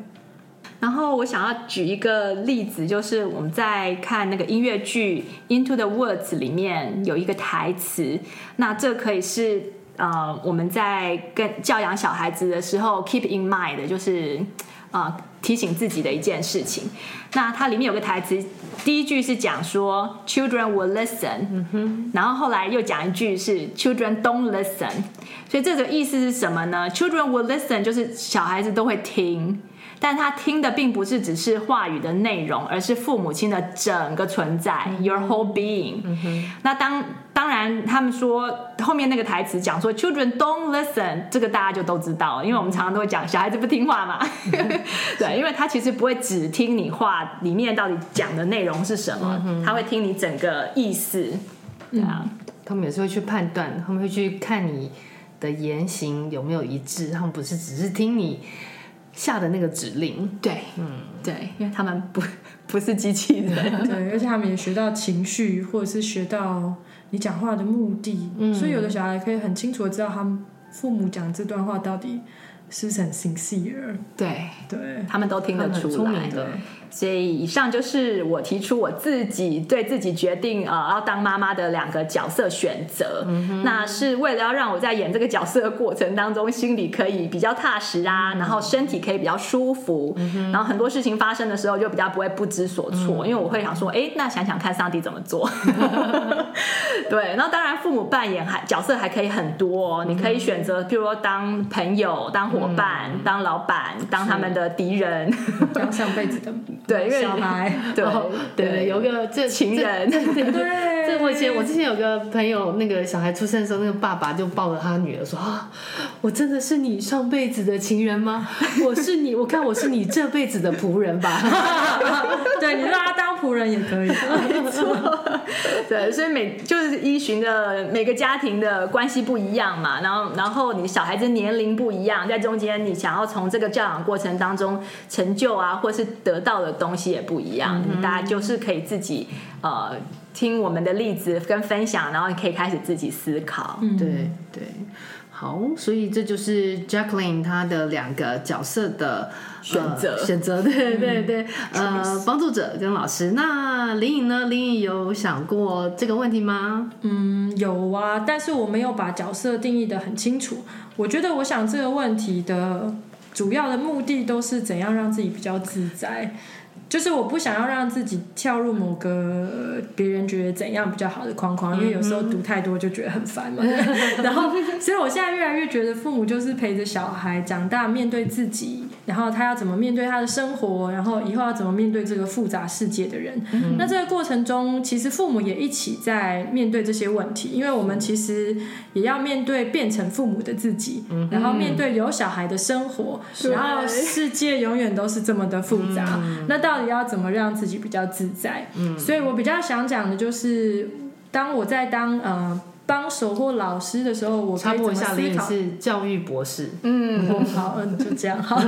Speaker 4: 然后我想要举一个例子，就是我们在看那个音乐剧《Into the Woods》里面有一个台词，那这可以是呃我们在跟教养小孩子的时候 keep in mind 的，就是呃提醒自己的一件事情。那它里面有个台词，第一句是讲说 “children will listen”，、然后后来又讲一句是 “children don't listen”，所以这个意思是什么呢？“children will listen” 就是小孩子都会听。但他听的并不是只是话语的内容，而是父母亲的整个存在、y o u r whole being。那当当然，他们说后面那个台词讲说 “children don't listen”，这个大家就都知道了，因为我们常常都会讲小孩子不听话 嘛。对，因为他其实不会只听你话里面到底讲的内容是什么，他会听你整个意思。对啊，
Speaker 2: 他们有时候会去判断，他们会去看你的言行有没有一致，他们不是只是听你下的那个指令。
Speaker 4: 对，嗯，对，因为他们不不是机器人。
Speaker 3: 对，而且他们也学到情绪，或者是学到你讲话的目的，
Speaker 4: 嗯
Speaker 3: 所以有的小孩可以很清楚的知道他们父母讲这段话到底是不是很 sincere。
Speaker 4: 对。
Speaker 3: 对，
Speaker 4: 他们都听得出
Speaker 2: 他们很聪
Speaker 4: 来
Speaker 2: 明的
Speaker 4: 所以以上就是我提出我自己对自己决定呃要当妈妈的两个角色选择。
Speaker 2: 嗯
Speaker 4: 那是为了要让我在演这个角色的过程当中，心里可以比较踏实
Speaker 2: 嗯
Speaker 4: 啊，然后身体可以比较舒服，然后很多事情发生的时候就比较不会不知所措，
Speaker 2: 嗯
Speaker 4: 因为我会想说，哎，那想想看上帝怎么 做。对，那当然父母扮演还角色还可以很多、哦，你
Speaker 2: 嗯
Speaker 4: 可以选择，譬如说当朋友、当伙伴、当老板、当他们的敌人。
Speaker 3: 当上辈子的
Speaker 4: 对因为
Speaker 3: 小 孩，
Speaker 4: 对
Speaker 2: 哦
Speaker 4: 对，
Speaker 2: 有个这
Speaker 4: 情人，
Speaker 3: 对，
Speaker 2: 这我以前我之前有个朋友，那个小孩出生的时候，那个爸爸就抱着他女儿说：“啊，我真的是你上辈子的情人吗？我是你，我看我是你这辈子的仆人吧。
Speaker 3: 对你让他当仆人也可以。
Speaker 4: 对，所以每就是依循着每个家庭的关系不一样嘛，然后然后你小孩子年龄不一样，在中间你想要从这个教养过程当中成就啊，或是得到的东西也不一样，大家就是可以自己呃听我们的例子跟分享，然后你可以开始自己思考。
Speaker 3: 嗯
Speaker 2: 对对，好，所以这就是 Jacqueline 她的两个角色的
Speaker 4: 选择
Speaker 2: 呃选择对
Speaker 3: 嗯
Speaker 2: 对对，呃，帮助者跟老师。那林颖呢？林颖有想过这个问题吗？
Speaker 3: 嗯，有啊，但是我没有把角色定义的很清楚。我觉得我想这个问题的主要的目的都是怎样让自己比较自在，就是我不想要让自己跳入某个呃别人觉得怎样比较好的框框，因为有时候读太多就觉得很烦嘛。然后，所以我现在越来越觉得父母就是陪着小孩长大，面对自己，然后他要怎么面对他的生活，然后以后要怎么面对这个复杂世界的人。那这个过程中，其实父母也一起在面对这些问题，因为我们其实也要面对变成父母的自己，
Speaker 2: 嗯
Speaker 3: 然后面对有小孩的生活，然后世界永远都是这么的复杂。
Speaker 2: 嗯
Speaker 3: 那到底要怎么让自己比较自在？所以我比较想讲的就是，当我在当呃。帮手或老师的时候，我可
Speaker 2: 插
Speaker 3: 以怎
Speaker 2: 播
Speaker 3: 么
Speaker 2: 一下，
Speaker 3: 思
Speaker 2: 林颖
Speaker 3: 考？
Speaker 2: 是教育博士。
Speaker 4: 嗯，
Speaker 3: 好，嗯，就这 样好。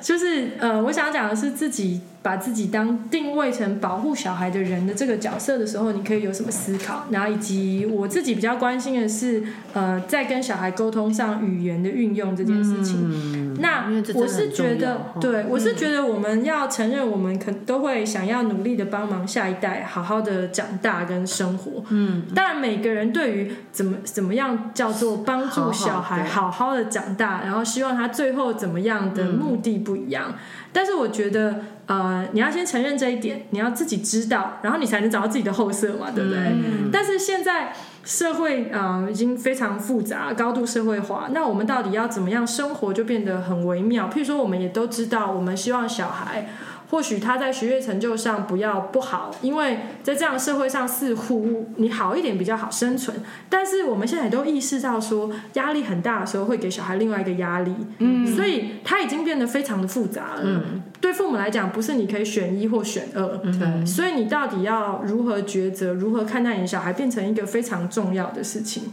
Speaker 3: 就是呃，我想讲的是自己把自己当定位成保护小孩的人的这个角色的时候，你可以有什么思考？然后以及我自己比较关心的是，呃，在跟小孩沟通上语言的运用这件事情。那
Speaker 2: 嗯因为这真
Speaker 3: 我
Speaker 2: 的很
Speaker 3: 是觉
Speaker 2: 重要
Speaker 3: 得
Speaker 2: 哈，嗯
Speaker 3: 对我是觉得我们要承认，我们可都会想要努力的帮忙下一代好好的长大跟生活。嗯，当然每个人对于怎么怎么样叫做帮
Speaker 2: 好
Speaker 3: 助
Speaker 2: 好
Speaker 3: 小孩
Speaker 2: 对
Speaker 3: 好好的长大，然后希望他最后怎么样的目的不一样。但是我觉得，呃，你要先承认这一点，你要自己知道，然后你才能找到自己的后色嘛，对不对？
Speaker 2: 嗯
Speaker 3: 但是现在社会呃已经非常复杂，高度社会化，那我们到底要怎么样生活就变得很微妙。譬如说，我们也都知道，我们希望小孩。或许他在学业成就上不要不好，因为在这样的社会上，似乎你好一点比较好生存。但是我们现在也都意识到说，压力很大的时候会给小孩另外一个压力，嗯，所以它已经变得非常的复杂了。对父母来讲，不是你可以选一或选二，嗯对，所以你到底要如何抉择，如何看待你的小孩，变成一个非常重要的事情。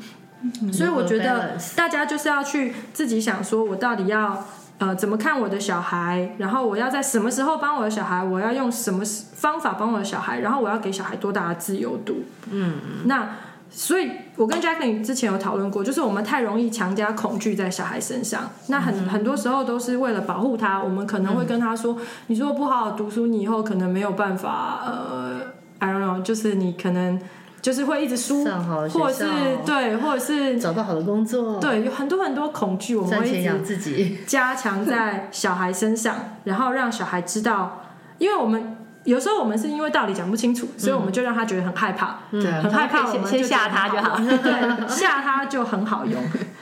Speaker 3: 所以我觉
Speaker 2: 如何
Speaker 3: 得
Speaker 2: balance
Speaker 3: 大家就是要去自己想，说我到底要呃怎么看我的小孩，然后我要在什么时候帮我的小孩，我要用什么方法帮我的小孩，然后我要给小孩多大的自由度。嗯，那所以，我跟 Jacqueline 之前有讨论过，就是我们太容易强加恐惧在小孩身上。那很、
Speaker 2: 嗯
Speaker 3: 很多时候都是为了保护他，我们可能会跟他说：“你如果不好好读书，你以后可能没有办法，呃，I don't know，就是你可能就是会一直输，
Speaker 2: 上好的学校
Speaker 3: 或者是对，或者是
Speaker 2: 找到好的工
Speaker 4: 哦
Speaker 2: 作，，
Speaker 3: 对，有很多很多恐惧，我们
Speaker 2: 赚
Speaker 3: 会一
Speaker 2: 钱
Speaker 3: 直
Speaker 2: 养自己，
Speaker 3: 加强在小孩身上，然后让小孩知道，因为我们有时候我们是因为道理讲不清楚，所以我们就让他觉得很害怕，
Speaker 2: 对
Speaker 3: 很害怕，
Speaker 4: 可以
Speaker 3: 我
Speaker 4: 先
Speaker 3: 们
Speaker 4: 先
Speaker 3: 就
Speaker 4: 吓嗯他
Speaker 3: 觉
Speaker 4: 就
Speaker 3: 得
Speaker 4: 好
Speaker 3: 很 对，吓他就很好用。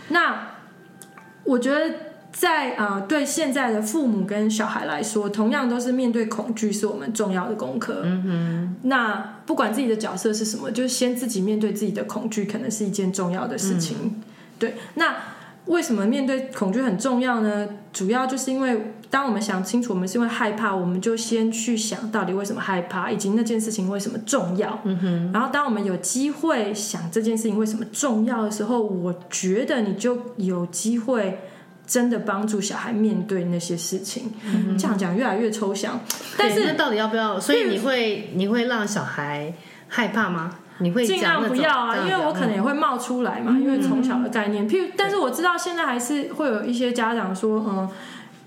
Speaker 3: 那我觉得在呃，对现在的父母跟小孩来说，同样都是面对恐惧是我们重要的功课。嗯哼，那不管自己的角色是什么，就是先自己面对自己的恐惧，可能是一件重要的事情。
Speaker 4: 嗯
Speaker 3: 对，那为什么面对恐惧很重要呢？主要就是因为当我们想清楚，我们是因为害怕，我们就先去想到底为什么害怕，以及那件事情为什么重要。嗯哼。然后，当我们有机会想这件事情为什么重要的时候，我觉得你就有机会。真的帮助小孩面对那些事情，这样讲越来越抽象，但
Speaker 2: 对
Speaker 3: 是嗯
Speaker 2: 那到底要不要？所以你会你会让小孩害怕吗？你会
Speaker 3: 尽
Speaker 2: 讲
Speaker 3: 量
Speaker 2: 那
Speaker 3: 不
Speaker 2: 种嗯
Speaker 3: 要啊，
Speaker 2: 这样
Speaker 3: 因为
Speaker 2: 讲
Speaker 3: 我可能也会冒出来嘛，
Speaker 2: 嗯
Speaker 3: 因为从小的概念。譬如，但是我知道现在还是会有一些家长说，嗯，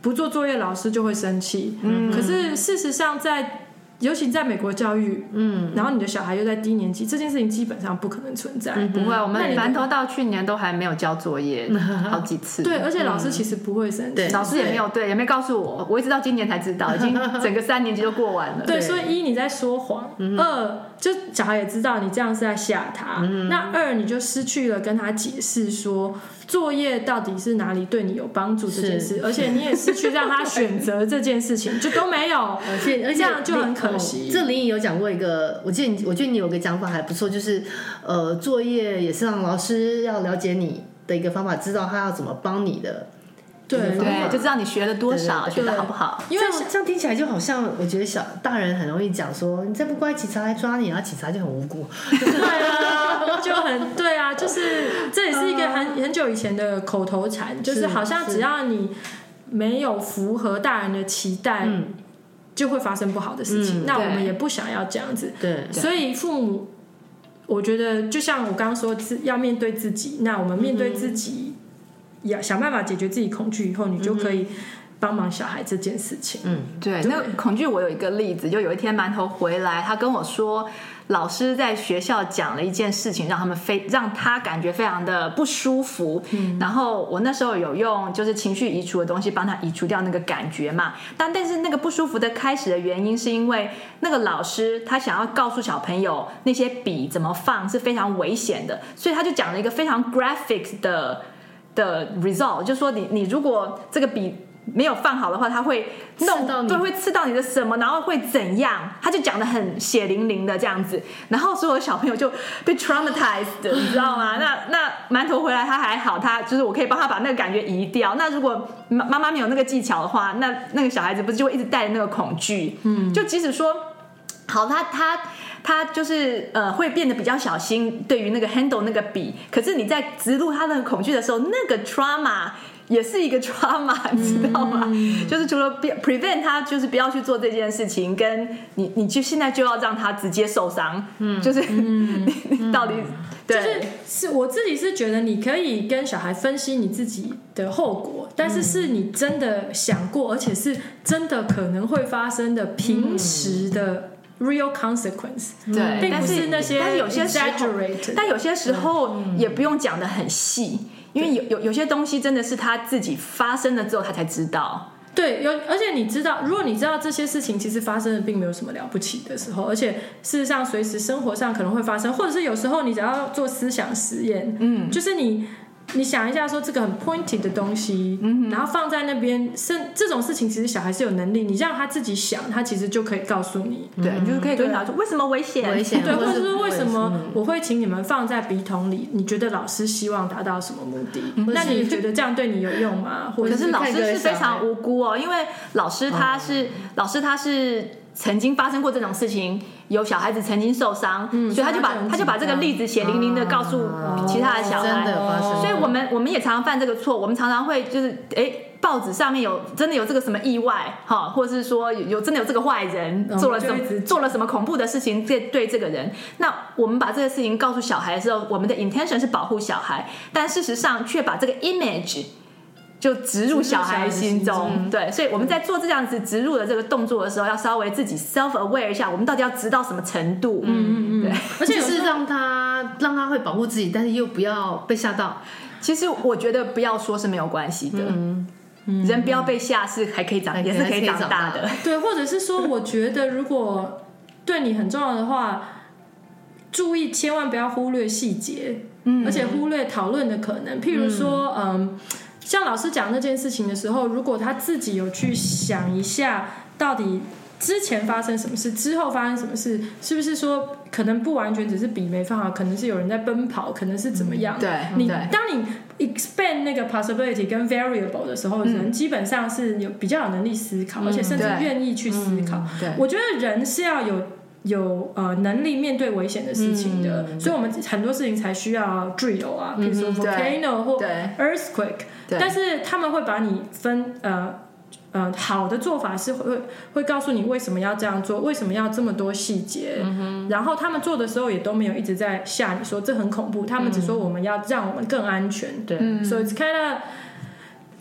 Speaker 3: 不做作业老师就会生气。嗯，可是事实上在。尤其在美国教育，嗯，然后你的小孩又在低年级，这件事情基本上不可能存在。
Speaker 2: 嗯
Speaker 4: 不会，我
Speaker 3: 那
Speaker 4: 们
Speaker 3: 你
Speaker 4: 馒头到去年都还没有交作 业，好几次。
Speaker 3: 对，，而且老师其实不会生气，
Speaker 2: 嗯对
Speaker 4: 老师也没有对，也没告诉我，我一直到今年才知道，已 经整个三年级都过完了。
Speaker 3: 对，
Speaker 2: 对
Speaker 3: 嗯所以一你在说谎，二就小孩也知道你这样是在吓他，那二你就失去了跟他解释说作业到底是哪里对你有帮助这件
Speaker 2: 是
Speaker 3: 事，而且你也失去让他选择这件事 情，就都没有。
Speaker 2: 而且而且
Speaker 3: 这样就很可
Speaker 2: 哦
Speaker 3: 惜
Speaker 2: 这林颖有讲过一个，我记得你，我觉得你有个讲法还不错，就是呃，作业也是让老师要了解你的一个方法，知道他要怎么帮你的。
Speaker 3: 对
Speaker 2: 一个方法
Speaker 4: 对，就知道你学了多少，学
Speaker 3: 对
Speaker 4: 的好不好。
Speaker 3: 因为
Speaker 2: 这样这样听起来就好像，我觉得小大人很容易讲说，你再不乖，警察来抓你，然后警察就很无辜。
Speaker 3: 对啊，就很对啊，就是这也是一个很很久以前的口头禅，就是
Speaker 2: 是
Speaker 3: 好像只要你没有符合大人的期待，
Speaker 2: 嗯
Speaker 3: 就会发生不好的事情。
Speaker 2: 嗯
Speaker 3: 那我们
Speaker 4: 对
Speaker 3: 也不想要这样子，
Speaker 2: 对，
Speaker 3: 所以父母，我觉得就像我刚刚说，自要面对自己。那我们面对自
Speaker 4: 嗯
Speaker 3: 己，要想办法解决自己恐惧以后，你就可以帮忙小孩这件事情。
Speaker 2: 嗯，
Speaker 4: 对，那个恐惧我有一个例子，就有一天馒头回来，他跟我说，老师在学校讲了一件事情，让他们非让他感觉非常的不舒服。嗯，然后我那时候有用就是情绪移除的东西帮他移除掉那个感觉嘛，但但是那个不舒服的开始的原因是因为那个老师他想要告诉小朋友那些笔怎么放是非常危险的，所以他就讲了一个非常 graphic 的。的 result，就说你你如果这个笔没有放好的话，它会弄
Speaker 2: 刺到你
Speaker 4: 对，会刺到你的什么，然后会怎样？他就讲的很血淋淋的这样子，然后所有的小朋友就被 traumatized，你知道吗？那那馒头回来他还好，他就是我可以帮他把那个感觉移掉。那如果妈妈妈没有那个技巧的话，那那个小孩子不是就会一直带着那个恐惧？嗯，就即使说。好，他他他就是呃，会变得比较小心对于那个 handle 那个笔。可是你在植入他的恐惧的时候，那个 trauma 也是一个 trauma，你 知道吗？
Speaker 3: 嗯
Speaker 4: 就是除了不 prevent 他就是不要去做这件事情，跟你你就现在就要让他直接受伤，嗯，就是、 你你到底、
Speaker 3: 嗯就
Speaker 4: 对。
Speaker 3: 是是我自己是觉得你可以跟小孩分析你自己的后果，但是
Speaker 4: 嗯
Speaker 3: 是你真的想过，而且是真的可能会发生的平时的 real consequence，、
Speaker 4: 嗯对
Speaker 3: 嗯并
Speaker 4: 但
Speaker 3: 不
Speaker 4: 是
Speaker 3: 那嗯些
Speaker 4: 但是有些时候
Speaker 3: exaggerated，
Speaker 4: 但有些时候也不用讲的很细，因为有有有些东西真的是他自己发生了之后他才知道。
Speaker 3: 对，有，而且你知道，如果你知道这些事情其实发生的并没有什么了不起的时候，而且事实上随时生活上可能会发生，或者是有时候你只要做思想实验，嗯，就是你你想一下说这个很 pointed 的东西，嗯，然后放在那边，甚这种事情其实小孩是有能力，你让他自己想，他其实就可以告诉你，
Speaker 4: 嗯对，你就是可以跟他说为什么危险？
Speaker 2: 危险
Speaker 3: 对，嗯或者是
Speaker 2: 或
Speaker 3: 为
Speaker 2: 者是
Speaker 3: 什么我会嗯请你们放在笔筒里？你觉得老师希望达到什么目的？那你觉得这样对你有用吗？或者
Speaker 4: 可
Speaker 3: 是
Speaker 4: 是老师
Speaker 2: 看一个
Speaker 4: 是非
Speaker 2: 小孩
Speaker 4: 常无辜哦，因为老师他是、老师他是曾经发生过这种事情，有小孩子曾经受伤，所以他就把嗯
Speaker 3: 所以他就很
Speaker 4: 他就把这个哦
Speaker 3: 紧张
Speaker 4: 例子血淋淋的告诉其他的小孩。
Speaker 2: 真的有发生过，
Speaker 3: 哦
Speaker 4: 所以我们我们也常常犯这个错，我们常常会就是哎。诶报纸上面有真的有这个什么意外哈，或者是说有有真的有这个坏人
Speaker 3: 嗯
Speaker 4: 做了什
Speaker 3: 就一直
Speaker 4: 么做了什么恐怖的事情对对这个人，那我们把这个事情告诉小孩的时候，我们的 intention 是保护小孩，但事实上却把这个 image。就植入小孩心
Speaker 3: 植入小孩
Speaker 4: 中，对，所以我们在做这样子植入的这个动作的时候，要稍微自己 self aware 一下，我们到底要直到什么程度？嗯嗯嗯，对。
Speaker 2: 而且是让他让他会保护自己，但是又不要被吓到。
Speaker 4: 其实我觉得不要说是没有关系的，人不要被吓是还可以长，
Speaker 2: 还可以
Speaker 4: 也是可以长大
Speaker 2: 还可以长
Speaker 4: 的。
Speaker 3: 对，或者是说，我觉得如果对你很重要的话，注意千万不要忽略细节，嗯，而且忽略讨论的可能。譬如说，嗯，像老师讲那件事情的时候，如果他自己有去想一下，到底。之前发生什么事，之后发生什么事，是不是说可能不完全只是笔没放好，可能是有人在奔跑，可能是怎么样？
Speaker 4: 对
Speaker 3: 你
Speaker 4: 对
Speaker 3: 当你 expand 那个 possibility 跟 variable 的时候，人基本上是有比较有能力思考，而且甚至
Speaker 4: 嗯对嗯
Speaker 3: 愿意去思考。
Speaker 4: 对
Speaker 3: 我觉得人是要有有呃能力面对危险的事情的，所以我们很多事情才需要 drill 啊，比如说
Speaker 4: 嗯对
Speaker 3: volcano 或
Speaker 4: 对
Speaker 3: earthquake，
Speaker 4: 对
Speaker 3: 但是他们会把你分呃。呃，好的做法是会会告诉你为什么要这样做，为什么要这么多细节，
Speaker 4: 嗯
Speaker 3: 然后他们做的时候也都没有一直在吓你说这很恐怖，他们只说我们要让我们更安全。
Speaker 2: 对
Speaker 3: ，so it's kind of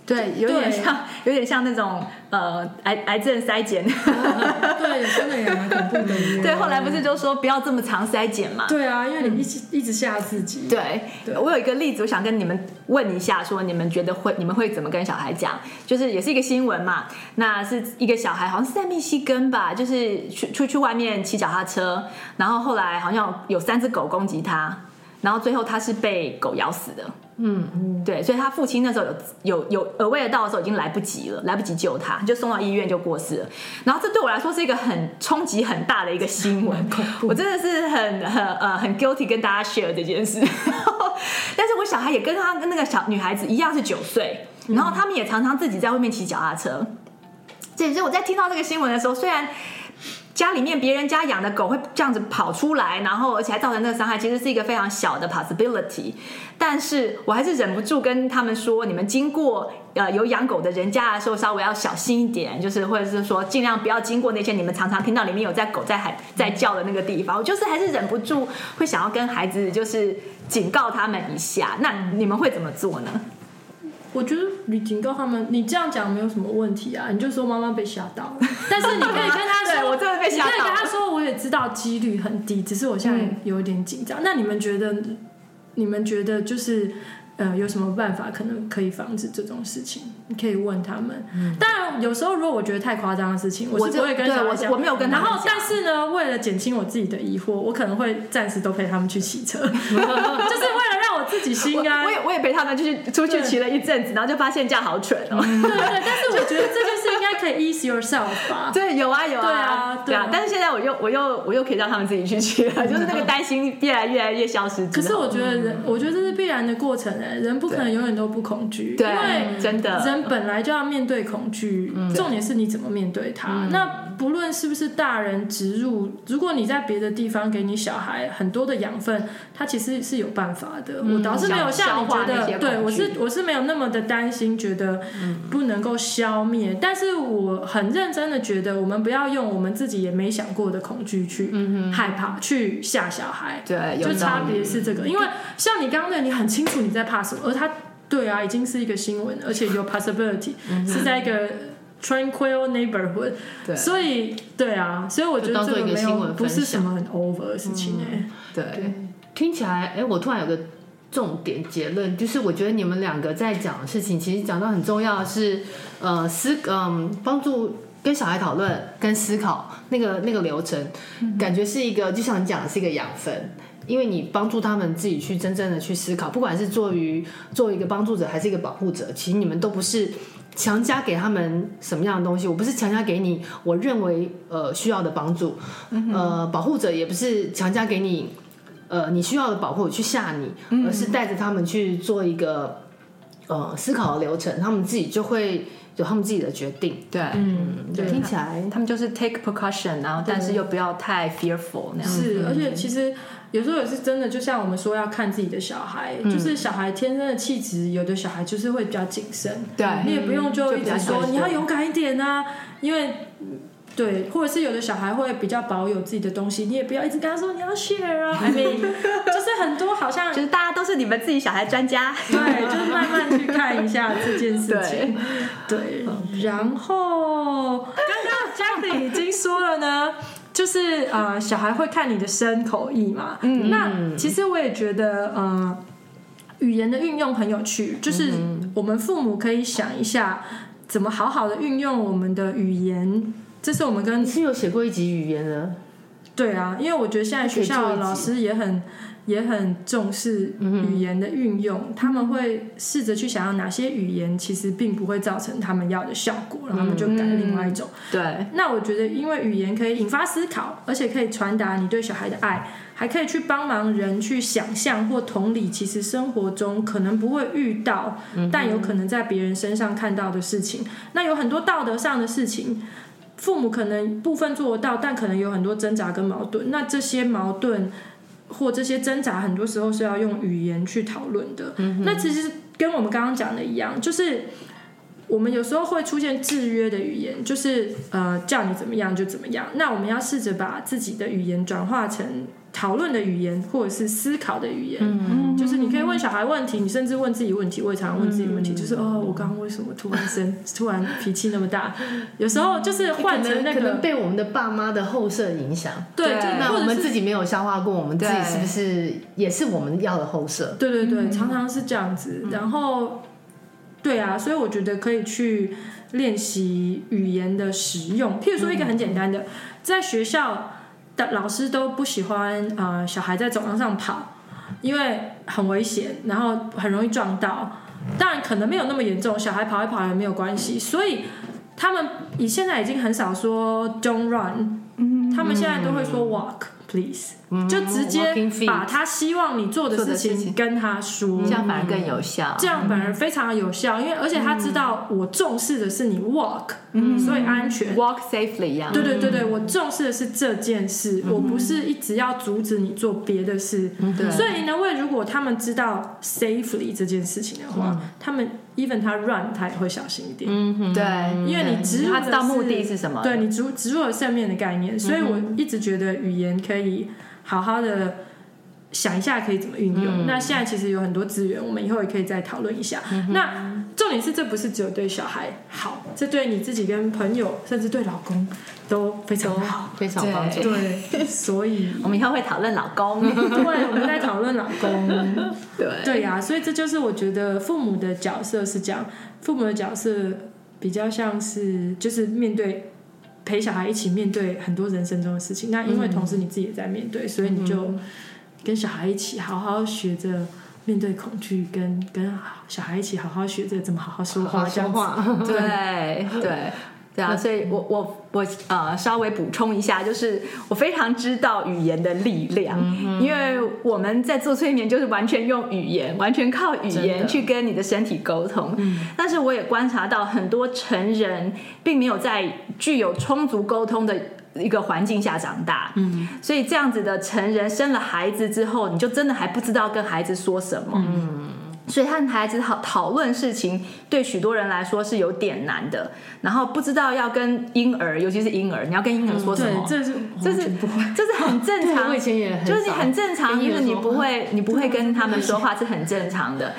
Speaker 4: 对，有点
Speaker 3: 对
Speaker 4: 像，有点像那种呃癌癌症筛检。
Speaker 3: 啊呃对，真的也蛮恐怖的。
Speaker 4: 对，后来不是就说不要这么长筛检嘛？
Speaker 3: 对啊，因为你一直、一直吓自己。
Speaker 4: 对，我有一个例子，我想跟你们问一下，说你们觉得会，你们会怎么跟小孩讲？就是也是一个新闻嘛，那是一个小孩，好像是在密西根吧，就是去出去外面骑脚踏车，然后后来好像有三只狗攻击他，然后最后他是被狗咬死的。嗯，对，所以他父亲那时候有有有 aware 到的时候已经来不及了，来不及救他，就送到医院就过世了。然后这对我来说是一个很冲击很大的一个新闻，我真的是很很呃很 guilty 跟大家 share 这件事。 但是我小孩也跟他跟那个小女孩子一样是九岁，然后他们也常常自己在外面骑脚踏车。对，所以我在听到这个新闻的时候，虽然家里面别人家养的狗会这样子跑出来，然后而且还造成这个伤害，其实是一个非常小的 possibility。但是我还是忍不住跟他们说，你们经过呃有养狗的人家的时候，稍微要小心一点，就是或者是说尽量不要经过那些你们常常听到里面有在狗在喊在叫的那个地方。我就是还是忍不住会想要跟孩子就是警告他们一下。那你们会怎么做呢？
Speaker 3: 我觉得你警告他们，你这样讲没有什么问题啊，你就说妈妈被吓到 了。但是你可以跟他
Speaker 4: 对
Speaker 3: 说，
Speaker 4: 我真的被吓到了
Speaker 3: 你可以跟他说，我也知道几率很低，只是我现在有一点紧
Speaker 4: 嗯
Speaker 3: 张。那你们觉得，你们觉得就是呃，有什么办法可能可以防止这种事情？你可以问他们。当然，有时候如果我觉得太夸张的事情，
Speaker 4: 嗯我
Speaker 3: 是
Speaker 4: 就
Speaker 3: 不会跟
Speaker 4: 对
Speaker 3: 小
Speaker 4: 我
Speaker 3: 孩
Speaker 4: 是
Speaker 3: 讲。
Speaker 4: 我没有跟他
Speaker 3: 然
Speaker 4: 们
Speaker 3: 后，
Speaker 4: 讲
Speaker 3: 但是呢，为了减轻我自己的疑惑，我可能会暂时都陪他们去骑 车，就是为了让我自己心安。
Speaker 4: 我也我也陪他们就是出去骑了一阵子，然后就发现这样好蠢哦。
Speaker 3: 对对，但是我觉得这就是应该可以 ease yourself 吧。
Speaker 4: 对，有啊有
Speaker 3: 对
Speaker 4: 啊
Speaker 3: 啊，
Speaker 4: 对
Speaker 3: 对
Speaker 4: 啊
Speaker 3: 啊。嗯
Speaker 4: 但是现在我又我又我又可以让他们自己去去了，就是那个担心越来越来越消失之后。
Speaker 3: 可是我觉得人，我觉得这是必然的过程哎，人不可能永远都不恐惧，因
Speaker 4: 对，
Speaker 3: 为
Speaker 4: 真的嗯
Speaker 3: 人本来就要面对恐惧，重点是你怎么面对它。那不论是不是大人植入，如果你在别的地方给你小孩很多的养分，他其实是有办法的。我倒是没有像
Speaker 4: 嗯
Speaker 3: 你觉
Speaker 4: 消消化那些
Speaker 3: 得，
Speaker 4: 恐惧
Speaker 3: 对我是我是没有那么的担心，觉得不能够消灭。但是我很认真的觉得，我们不要用我们自己也没想过的恐惧去
Speaker 4: 嗯
Speaker 3: 害怕、去吓小孩。
Speaker 4: 对，有
Speaker 3: 就
Speaker 4: 道
Speaker 3: 差
Speaker 4: 理。
Speaker 3: 别是这个，因
Speaker 2: 嗯
Speaker 3: 为像你刚刚那，你很清楚你在怕什么，而他对啊，已经是一个新闻，而且有 possibility
Speaker 2: 嗯
Speaker 3: 是在一个 tranquil neighborhood，
Speaker 4: 对
Speaker 3: 所以对啊，所以我觉
Speaker 2: 就
Speaker 3: 得
Speaker 2: 当
Speaker 3: 这
Speaker 2: 做一个
Speaker 3: 没
Speaker 2: 新
Speaker 3: 有
Speaker 2: 闻
Speaker 3: 不是
Speaker 2: 分
Speaker 3: 什
Speaker 2: 享
Speaker 3: 么很 over 的事情哎、
Speaker 4: 对，
Speaker 2: 听起来，哎，我突然有个重点结论，就是我觉得你们两个在讲的事情，其实讲到很重要的是，呃，思，嗯、帮助跟小孩讨论跟思考那个那个流程，感觉是一个，就像你讲的是一个养分。因为你帮助他们自己去真正的去思考，不管是做于做一个帮助者还是一个保护者，其实你们都不是强加给他们什么样的东西，我不是强加给你我认为呃需要的帮助，呃，保护者也不是强加给你呃你需要的保护去吓你，而是带着他们去做一个呃思考的流程，他们自己就会有他们自己的决定。
Speaker 4: 对，
Speaker 3: 嗯，对，
Speaker 2: 听起来
Speaker 4: 他们就是 take precaution，然后但是又不要太 fearful 那样。
Speaker 3: 是，而且其实有时候也是真的，就像我们说要看自己的小孩，
Speaker 2: 嗯
Speaker 3: 就是小孩天生的气质，有的小孩就是会比较谨慎，
Speaker 4: 对
Speaker 3: 你也不用就一
Speaker 2: 嗯就比较
Speaker 3: 直
Speaker 2: 小
Speaker 3: 说
Speaker 2: 心
Speaker 3: 你要勇敢一点啊，因为。对，或者是有的小孩会比较保有自己的东西，你也不要一直跟他说你要 share 啊，I mean，就是很多好像
Speaker 4: 就是大家都是你们自己小孩专 家。
Speaker 3: 对，就是慢慢去看一下这件事情。对，然后刚刚 j a c k 已经说了呢。就是呃，小孩会看你的声口译嘛。嗯，那其实我也觉得呃，语言的运用很有趣，就是我们父母可以想一下，怎么好好的运用我们的语言。这是我们跟
Speaker 2: 你是有写过一集语言的，
Speaker 3: 对啊，因为我觉得现在学校的老师也很也很重视语言的运用，他们会试着去想要哪些语言其实并不会造成他们要的效果，然后他们就改另外一种。
Speaker 4: 对，
Speaker 3: 那我觉得，因为语言可以引发思考，而且可以传达你对小孩的爱，还可以去帮忙人去想象或同理，其实生活中可能不会遇到，但有可能在别人身上看到的事情。那有很多道德上的事情。父母可能部分做得到，但可能有很多挣扎跟矛盾。那这些矛盾或这些挣扎，很多时候是要用语言去讨论的。
Speaker 2: 嗯
Speaker 3: 那其实跟我们刚刚讲的一样，就是我们有时候会出现制约的语言，就是呃叫你怎么样就怎么样。那我们要试着把自己的语言转化成讨论的语言，或者是思考的语言。嗯，就是你可以问小孩问题，你甚至问自己问题。我也常常问自己问题，
Speaker 2: 嗯
Speaker 3: 就是哦，我刚刚为什么突然生突然脾气那么大？有时候就是换成那
Speaker 2: 嗯可能
Speaker 3: 个。
Speaker 2: 被我们的爸妈的后设影响。
Speaker 3: 对，
Speaker 4: 对
Speaker 3: 就
Speaker 2: 那
Speaker 3: 或
Speaker 2: 我
Speaker 3: 者
Speaker 2: 们
Speaker 3: 是
Speaker 2: 自己没有消化过，我们自己
Speaker 4: 对
Speaker 2: 是不是也是我们要的后设？
Speaker 3: 对对对，常常是这样子。然后，对啊，所以我觉得可以去练习语言的使用。譬如说一个很简单的，在学校的老师都不喜欢呃小孩在走廊上跑，因为很危险，然后很容易撞到。当然可能没有那么严重，小孩跑一跑也没有关系。所以他们以现在已经很少说 don't run，、他们现在都会说 walk please，、就直接
Speaker 2: walking feet
Speaker 3: 把他希望你做的
Speaker 4: 做的
Speaker 3: 事
Speaker 4: 事
Speaker 3: 情
Speaker 4: 情
Speaker 3: 跟他说。
Speaker 4: 这样反而更有效。
Speaker 3: 这样反而非常有效，因为而且他知道我重视的是你 walk，、所以
Speaker 4: 嗯
Speaker 3: 安全。
Speaker 4: walk safely 一样。
Speaker 3: 对对对对，我重视的是这件事，我不是一直要阻止你做别的事。
Speaker 2: 嗯
Speaker 4: 对
Speaker 3: 所以呢，为如果他们知道 safely 这件事情的话，
Speaker 4: 嗯
Speaker 3: 他们 even 他 run 他也会小心一点，
Speaker 2: 嗯
Speaker 4: 对，
Speaker 3: 因为你植入
Speaker 4: 嗯他
Speaker 3: 的
Speaker 4: 知道目的是什么。
Speaker 3: 对你植入植入了正面的概念，所以我一直觉得语言可以好好的。想一下可以怎么运用？那现在其实有很多资源，我们以后也可以再讨论一下。那重点是，这不是只有对小孩好，这对你自己、跟朋友，甚至对老公都非常好。
Speaker 2: 非常帮助。
Speaker 3: 对，所以
Speaker 4: 我们以后会讨论老公。
Speaker 3: 对，我们在讨论老公。
Speaker 4: 对
Speaker 3: 对呀、所以这就是我觉得父母的角色是这样，父母的角色比较像是就是面对陪小孩一起面对很多人生中的事情。那因为同时你自己也在面对，所以你就跟小孩一起好好学着。面对恐惧，跟跟小孩一起好好学着怎么好好说
Speaker 2: 好
Speaker 3: 话，
Speaker 2: 好说话
Speaker 3: 这 样
Speaker 4: 对
Speaker 3: 子
Speaker 4: 对对啊！所以我我我呃稍微补充一下，就是我非常知道语言的力量，因为我们在做催眠就是完全用语言，完全靠语
Speaker 2: 真的
Speaker 4: 言去跟你的嗯身体沟通。但是我也观察到很多成人并没有在具有充足沟通的。一个环境下长大，嗯，所以这样子的成人生了孩子之后，你就真的还不知道跟孩子说什么，所以和孩子讨讨论事情，对许多人来说是有点难的。然后不知道要跟婴儿，尤其是婴儿，你要跟婴儿说什
Speaker 3: 对
Speaker 4: 么，，
Speaker 3: 这是
Speaker 4: 这
Speaker 3: 完
Speaker 4: 是
Speaker 3: 全不会。
Speaker 4: 这是很正
Speaker 2: 对
Speaker 4: 常。
Speaker 2: 我以前也很
Speaker 4: 就是你
Speaker 2: 少
Speaker 4: 很正常，
Speaker 2: 跟
Speaker 4: 就
Speaker 2: 婴儿
Speaker 4: 是你
Speaker 2: 说
Speaker 4: 不
Speaker 2: 话
Speaker 4: 会你不会跟他们说话是很正常的。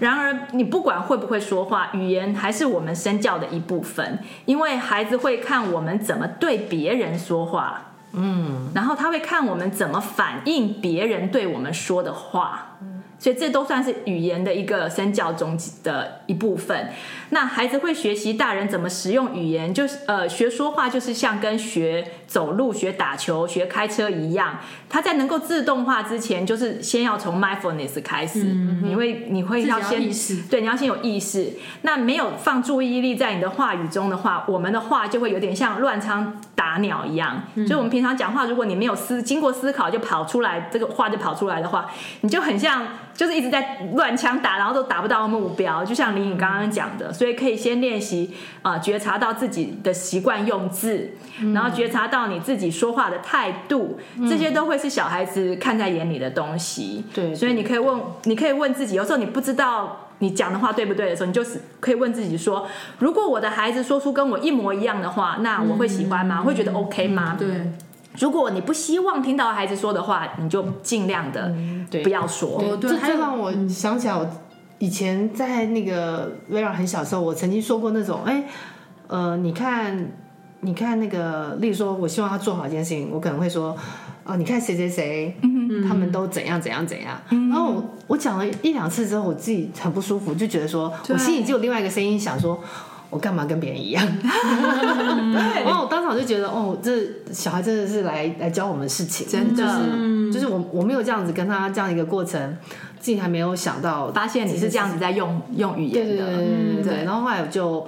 Speaker 4: 然而，你不管会不会说话，语言还是我们身教的一部分，因为孩子会看我们怎么对别人说话。
Speaker 2: 嗯
Speaker 4: 然后他会看我们怎么反应别人对我们说的话，所以这都算是语言的一个身教中的一部分。那孩子会学习大人怎么使用语言，就是呃学说话，就是像跟学走路、学打球、学开车一样。他在能够自动化之前，就是先要从 mindfulness 开始，你会你会
Speaker 3: 嗯自己
Speaker 4: 要
Speaker 3: 要
Speaker 4: 先
Speaker 3: 意识
Speaker 4: 对，你要先有意识。那没有放注意力在你的话语中的话，我们的话就会有点像乱枪打鸟一样。所以我们平常讲话，如果你没有思经过思考就跑出来，这个话就跑出来的话，你就很像就是一直在乱枪打，然后都达不到目标。就像林颖刚刚讲的，所以可以先练习啊、呃觉察到自己的习惯用字，然后觉察到你自己说话的态度，这些都会是小孩子看在眼里的东西。
Speaker 2: 对
Speaker 4: 所以你可以问，你可以问自己，有时候你不知道。你讲的话对不对的时候，你就是可以问自己说：如果我的孩子说出跟我一模一样的话，那我会喜欢吗？会觉得 OK 吗？
Speaker 3: 对，
Speaker 4: 如果你不希望听到孩子说的话，你就尽量的
Speaker 2: 对
Speaker 4: 不要说。
Speaker 3: 哦对
Speaker 2: 这
Speaker 3: 还
Speaker 2: 这嗯
Speaker 3: 有
Speaker 2: 让我想起来，我以前在那个微软很小的时候，我曾经说过那种，哎，呃，你看，你看那个，例如说，我希望他做好一件事情，我可能会说，哦，你看谁谁谁，
Speaker 4: 嗯
Speaker 2: 他们都怎样怎样怎样。然后我我讲了一两次之后，我自己很不舒服，就觉得说我心里就有另外一个声音想说。我干嘛跟别人一样？ 然后我当场就觉得，哦，这小孩真的是来来教我们事情，真的
Speaker 3: 就是
Speaker 4: 嗯
Speaker 2: 就是我我没有这样子跟他这样一个过程，自己还没有想到，
Speaker 4: 发现你是这样子在用用语
Speaker 2: 对
Speaker 4: 言
Speaker 2: 对对
Speaker 4: 的，嗯
Speaker 2: 对对
Speaker 4: 对
Speaker 2: 对。然后后来我就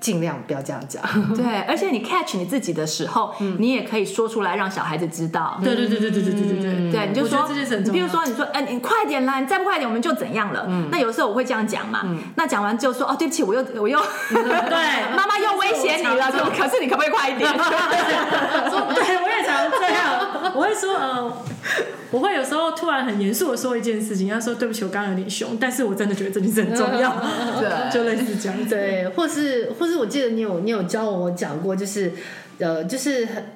Speaker 2: 尽量不要这样讲，
Speaker 4: 对，而且你 catch 你自己的时候，你也可以说出来让小孩子知道。
Speaker 3: 对对对对对对对对对
Speaker 4: 对，你就
Speaker 3: 我觉
Speaker 4: 说
Speaker 3: 得这件事，很
Speaker 4: 你
Speaker 3: 重
Speaker 4: 比如
Speaker 3: 要。
Speaker 4: 说，你说，哎，你快点啦，你再不快点，我们就怎样了。那有时候我会这样讲嘛，那讲完就说，哦，对不起，我又我又，嗯对， 妈妈又威胁你 了，可可是你可不可以快 一点？
Speaker 3: 说对，我 也常这样，我会说呃，我会有时候突然很严肃的说一件事情，他说对不起，我刚刚有点凶，但是我真的觉得这件事很重 要，
Speaker 4: 对
Speaker 3: 就类似这样子。
Speaker 2: 对，或是或是我记得你有你有教我讲过，就是呃，就是很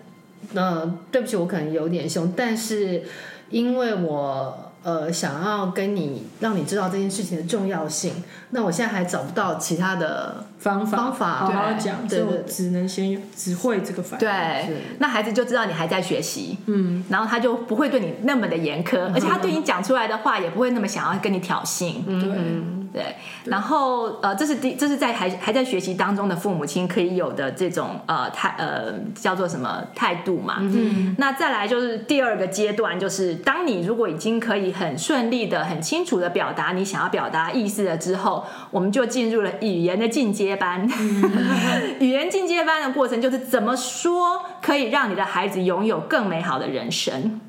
Speaker 2: 呃，对不起，我可能有点凶，但是因为我。呃，想要跟你让你知道这件事情的重要性，那我现在还找不到其他的
Speaker 3: 方法
Speaker 2: 方法
Speaker 3: 好好讲，所
Speaker 2: 对
Speaker 3: 以我
Speaker 2: 对
Speaker 3: 只能先只会这个反应。
Speaker 4: 对，那孩子就知道你还在学习，
Speaker 3: 嗯，
Speaker 4: 然后他就不会对你那么的严苛，而且他对你讲出来的话也不会那么想要跟你挑衅，
Speaker 2: 啊嗯
Speaker 3: 对，
Speaker 4: 嗯对。然后呃，这是第这是在还还在学习当中的父母亲可以有的这种呃态呃叫做什么态度嘛，嗯。那再来就是第二个阶段，就是当你如果已经可以很顺利的、很清楚的表达你想要表达意思了之后，我们就进入了语言的进阶 班。语言进阶班的过程就是怎么说可以让你的孩子拥有更美好的人生。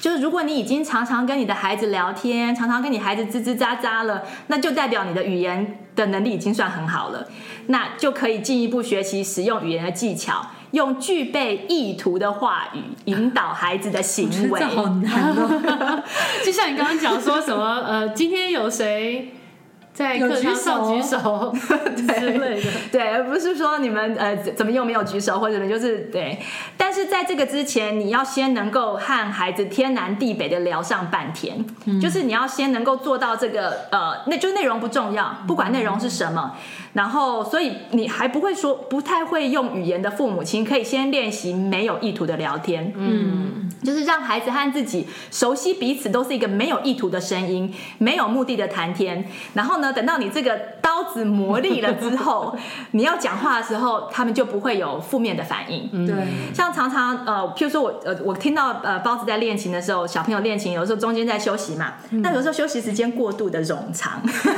Speaker 4: 就是如果你已经常常跟你的孩子聊天，常常跟你孩子吱吱喳喳了，那就代表你的语言的能力已经算很好了，那就可以进一步学习使用语言的技巧，用具备意图的话语引导孩子的行为
Speaker 3: 这。好难哦。
Speaker 2: 就像你刚刚讲说什么呃，今天有谁 在
Speaker 3: 有
Speaker 2: 课
Speaker 3: 举
Speaker 2: 堂上
Speaker 3: 手哦
Speaker 2: 举手之类的，
Speaker 4: 对，而不是说你们呃怎怎么又没有举手，或者呢就是对。但是在这个之前，你要先能够和孩子天南地北的聊上半天，就是你要先能够做到这个呃，那就内容不重要，不管内容是什么。然后，所以你还不会说，不太会用语言的父母亲，可以先练习没有意图的聊天。
Speaker 3: 嗯，
Speaker 4: 就是让孩子和自己熟悉彼此，都是一个没有意图的声音，没有目的的谈天。然后呢，等到你这个刀子磨砺了之后， 你要讲话的时候，他们就不会有负面的反应。
Speaker 3: 对，
Speaker 4: 像常常呃，譬如说我呃，我听到呃包子在练琴的时候，小朋友练琴，有时候中间在休息嘛，那有时候休息时间过度的冗长，